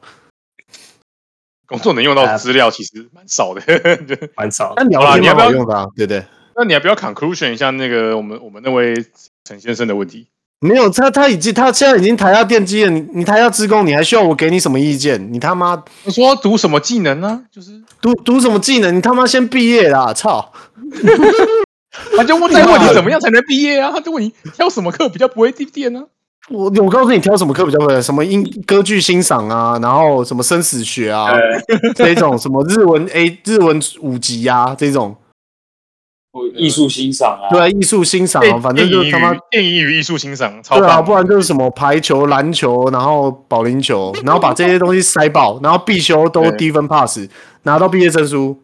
S3: 工作能用到的资料其实蛮少的。 就
S1: 蛮少的。
S2: 但聊
S3: 好啦
S2: 天
S3: 你要不要
S2: 蛮好用的啊，对不对？
S3: 那你要不要 conclusion 一下那个我们我们那位陈先生的问题？
S2: 没有他，他已经他现在已经抬到电机了，你你抬到职工，你还需要我给你什么意见？你他妈
S3: 我说要读什么技能呢、 就是
S2: 读读什么技能？你他妈先毕业啦，操！
S3: 他就问在问你怎么样才能毕业啊？他就问你挑什么课比较不会地电呢、
S2: 哦我我告诉你，挑什么课比较会？什么音歌剧欣赏啊，然后什么生死学啊，
S4: 呃，
S2: 这种什么日文 A 日文五级啊，这种
S4: 我艺术欣赏啊，
S2: 对啊艺术欣赏、啊，
S3: 哎电
S2: 反正就是他妈
S3: 电影与艺术欣赏，超
S2: 对啊，
S3: 棒！
S2: 不然就是什么排球、篮球，然后保龄球，然后把这些东西塞爆，然后必修都
S3: 对
S2: 低分 pass，拿到毕业证书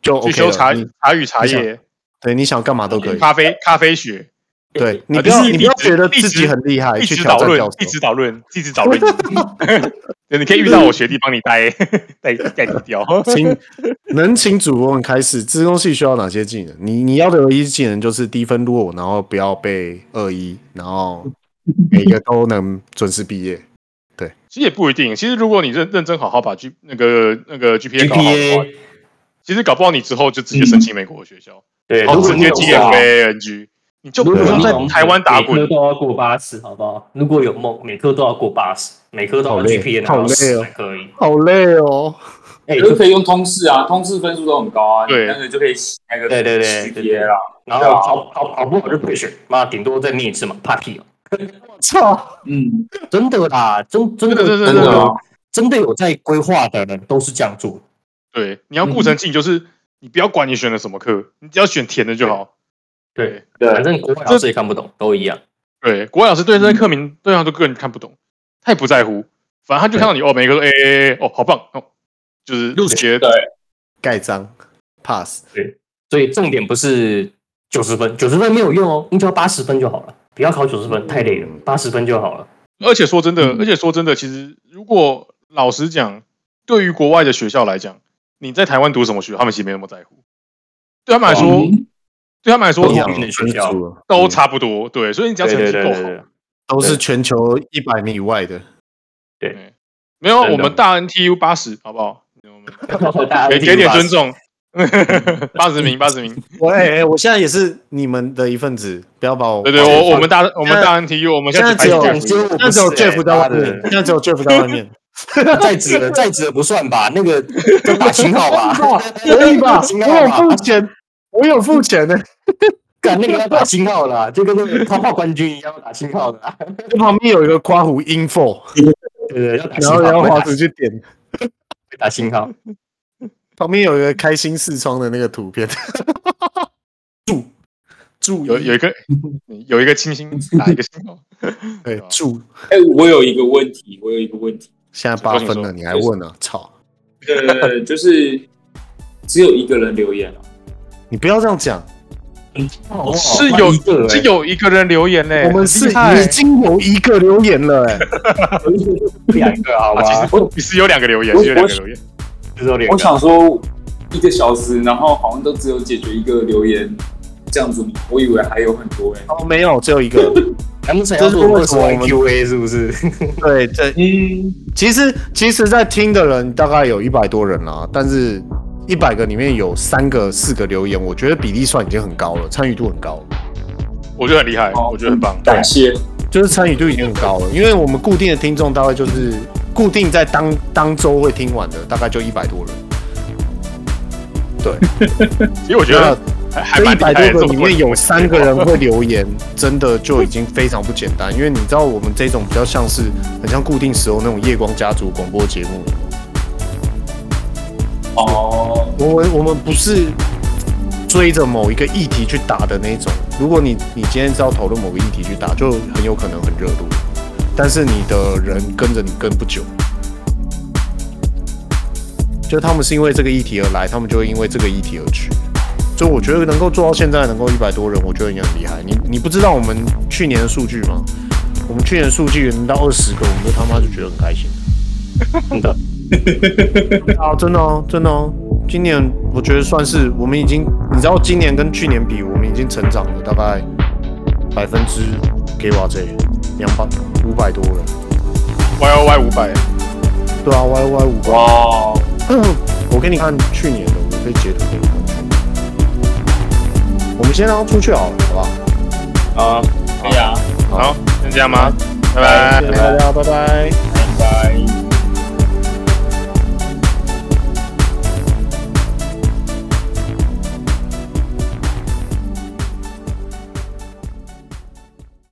S2: 就
S3: 去
S2: OK
S3: 修茶
S2: 了。你
S3: 茶语茶
S2: 你想
S3: 叶、
S2: 对你想干嘛都可以。
S3: 咖啡咖啡学、
S2: 对你
S3: 啊
S2: 不要
S3: 就是
S2: 你不要
S3: 一直
S2: 觉得
S3: 一
S2: 自
S3: 直
S2: 己很厉害
S3: 一
S2: 去
S3: 直
S2: 挑
S3: 导
S2: 战
S3: 论
S2: 教、
S3: 一
S2: 授。
S3: 直导论、一直导论。 对你可以遇到我学弟帮你带 带带你 雕。
S2: 请能请主播们开始，自工系需要哪些技能？你你要的唯一技能就是低分落，然后不要被恶意，然后每个都能准时毕业。
S3: 其实也不一定。其实如果你认认真好好把 G 那个那个 GPA 搞好的话
S1: GPA
S3: 其实搞不好你之后就直接申请美国的哦学校，
S1: 对，
S2: 哎
S3: 然
S1: 如
S3: 后直
S1: 果你
S3: 接
S1: 有
S3: TFANG，你就不
S2: 啊如果
S3: 用
S2: 你
S3: 在
S2: 有啊
S3: 台湾打
S1: 每科
S3: 滚
S1: 都。要过八十，好不好？如果有梦，每科都要过八十，每科都
S2: 好
S1: 要
S2: 累
S1: GPA 拿
S2: 好
S1: 到
S2: 累
S1: 十
S2: 哦
S1: 才可以。
S2: 好累哦，
S1: 哎，
S4: 就可以用通识啊，通识分数都很高啊，
S3: 对
S4: 你那个就可以洗那个
S1: 对对对
S4: 识
S1: 对
S4: 别啦。
S1: 然后
S3: 啊
S1: 考考考不好就退学，妈顶多再念一次嘛，怕屁哦！
S2: 操！
S4: 嗯，
S1: 真的啦，真真的哦
S3: 对对对
S4: 真的啊
S1: 有真的有在规划的人都是这样做。
S3: 对，你要顾成绩，就是你不要管你选了什么课，你只要选填的就好。
S1: 对，
S4: 对
S1: 反正国外老师也看不懂，都一样。
S3: 对，国外老师对这些课名对他都个人看不懂，他也不在乎，反正他就看到你哦，每个都 A A A，哦，好棒哦，就是
S1: 录
S3: 直接
S4: 对，
S2: 盖章 pass，
S1: 所以重点不是九十分，九十分没有用哦，你只要八十分就好了，不要考九十分，太累了，八十分就好了。
S3: 而且说真的，
S4: 嗯
S3: 而且说真的，其实如果老实讲，对于国外的学校来讲，你在台湾读什么学校，他们其实没那么在乎。对他们来说，
S4: 嗯
S3: 对他们来说
S1: 不一样
S3: 嗯
S1: 的学校
S2: 分数了
S3: 都差不多。对，所以你只要成绩够好，
S2: 都是全球一百米以外的，
S3: 没有
S1: 真的
S3: 我们大 NTU 八十，好不好？我们
S1: 大家
S3: 给给点尊，重，八十名，八十名。
S2: 我哎、哎我现在也是你们的一份子，不要把我
S3: 对对，我我们大我们大 NTU，我们现在
S2: 现在只有
S3: 排
S1: 讲
S3: 第
S1: 只
S3: 九
S1: 有
S3: 名
S2: 现在只有 Jeff 在
S3: 哎
S2: 外面，现
S1: 的，
S2: 在只有 Jeff 在外面，
S1: 在职的在职的不算吧，那个都打星号吧，
S2: 可以吧？
S1: 行
S2: 我
S1: 啊
S2: 有付钱，我有付钱的，
S1: 干那个要打星号啦，就跟那个超话冠军一样要打星号的啊，
S2: 这旁边有一个刮胡 info，
S1: 对对，要打星
S2: 然
S1: 号，
S2: 后然后
S1: 会
S2: 滑
S1: 打
S2: 鼠去点，
S1: 会打星号，
S2: 旁边有一个开心视窗的那个图片，注注
S3: 有有一个有一个清新打一个星号，
S2: 对啊注，
S4: 哎、我有一个问题，我有一个问题，
S2: 现在八分了，你还问啊？操！
S4: 呃，就是只有一个人留言了，啊
S2: 你不要这样讲，
S3: 是有
S1: 个
S3: 是有一个人留言嘞，
S2: 我们是
S3: 很厉害
S2: 已经有一个留言了、哎，
S1: 两个好
S3: 啊，
S1: 吧，
S3: 其实其实有两个留言，
S4: 我
S3: 其实有两个留言，
S1: 只有两
S4: 我
S1: 个，
S4: 想说一个小时，然后好像都只有解决一个留言这样子，我以为还有很多哎、
S2: 哦，没有，只有一 个。
S1: 难不成要做二十万 QA 是不是？
S2: 对，这
S4: 嗯，
S2: 其实其实，在听的人大概有一百多人啦、但是一百个里面有三个、四个留言，我觉得比例算已经很高了，参与度很高了，
S3: 我觉得很厉害，
S4: 好
S3: 我觉得很棒。
S4: 哦感谢，
S2: 就是参与度已经很高了，因为我们固定的听众大概就是固定在当当周会听完的，大概就一百多人。
S3: 其实我觉得还还
S2: 这一
S3: 蛮厉害
S2: 百
S3: 的，
S2: 多个
S3: 这
S2: 里
S3: 么多
S2: 面
S3: 人
S2: 有三个人会留 言，真的就已经非常不简单。因为你知道我们这种比较像是很像固定时候那种夜光家族广播节目，
S4: 哦，
S2: 我们我们不是追着某一个议题去打的那种。如果你你今天是要讨论某个议题去打，就很有可能很热络，但是你的人跟着你跟不久。就他们是因为这个议题而来，他们就会因为这个议题而去。所以我觉得能够做到现在能够一百多人，我觉得已经很厉害。你你不知道我们去年的数据吗？我们去年的数据能到二十个，我们都他妈就觉得很开心。
S1: 真的，
S2: 啊，真的哦，真的哦。今年我觉得算是我们已经，你知道，今年跟去年比，我们已经成长了大概百分之给我这两百五百多了，
S3: Y O Y 五百，
S2: 对啊，Y Y 五百。
S4: 哇，
S2: 我给你看去年的，我可以截图给你看去年。我们先让它出去好了，好吧？
S4: 啊，可以啊，
S3: 好，先这样吧，拜拜。
S2: 谢谢大家，拜拜。
S4: 拜拜。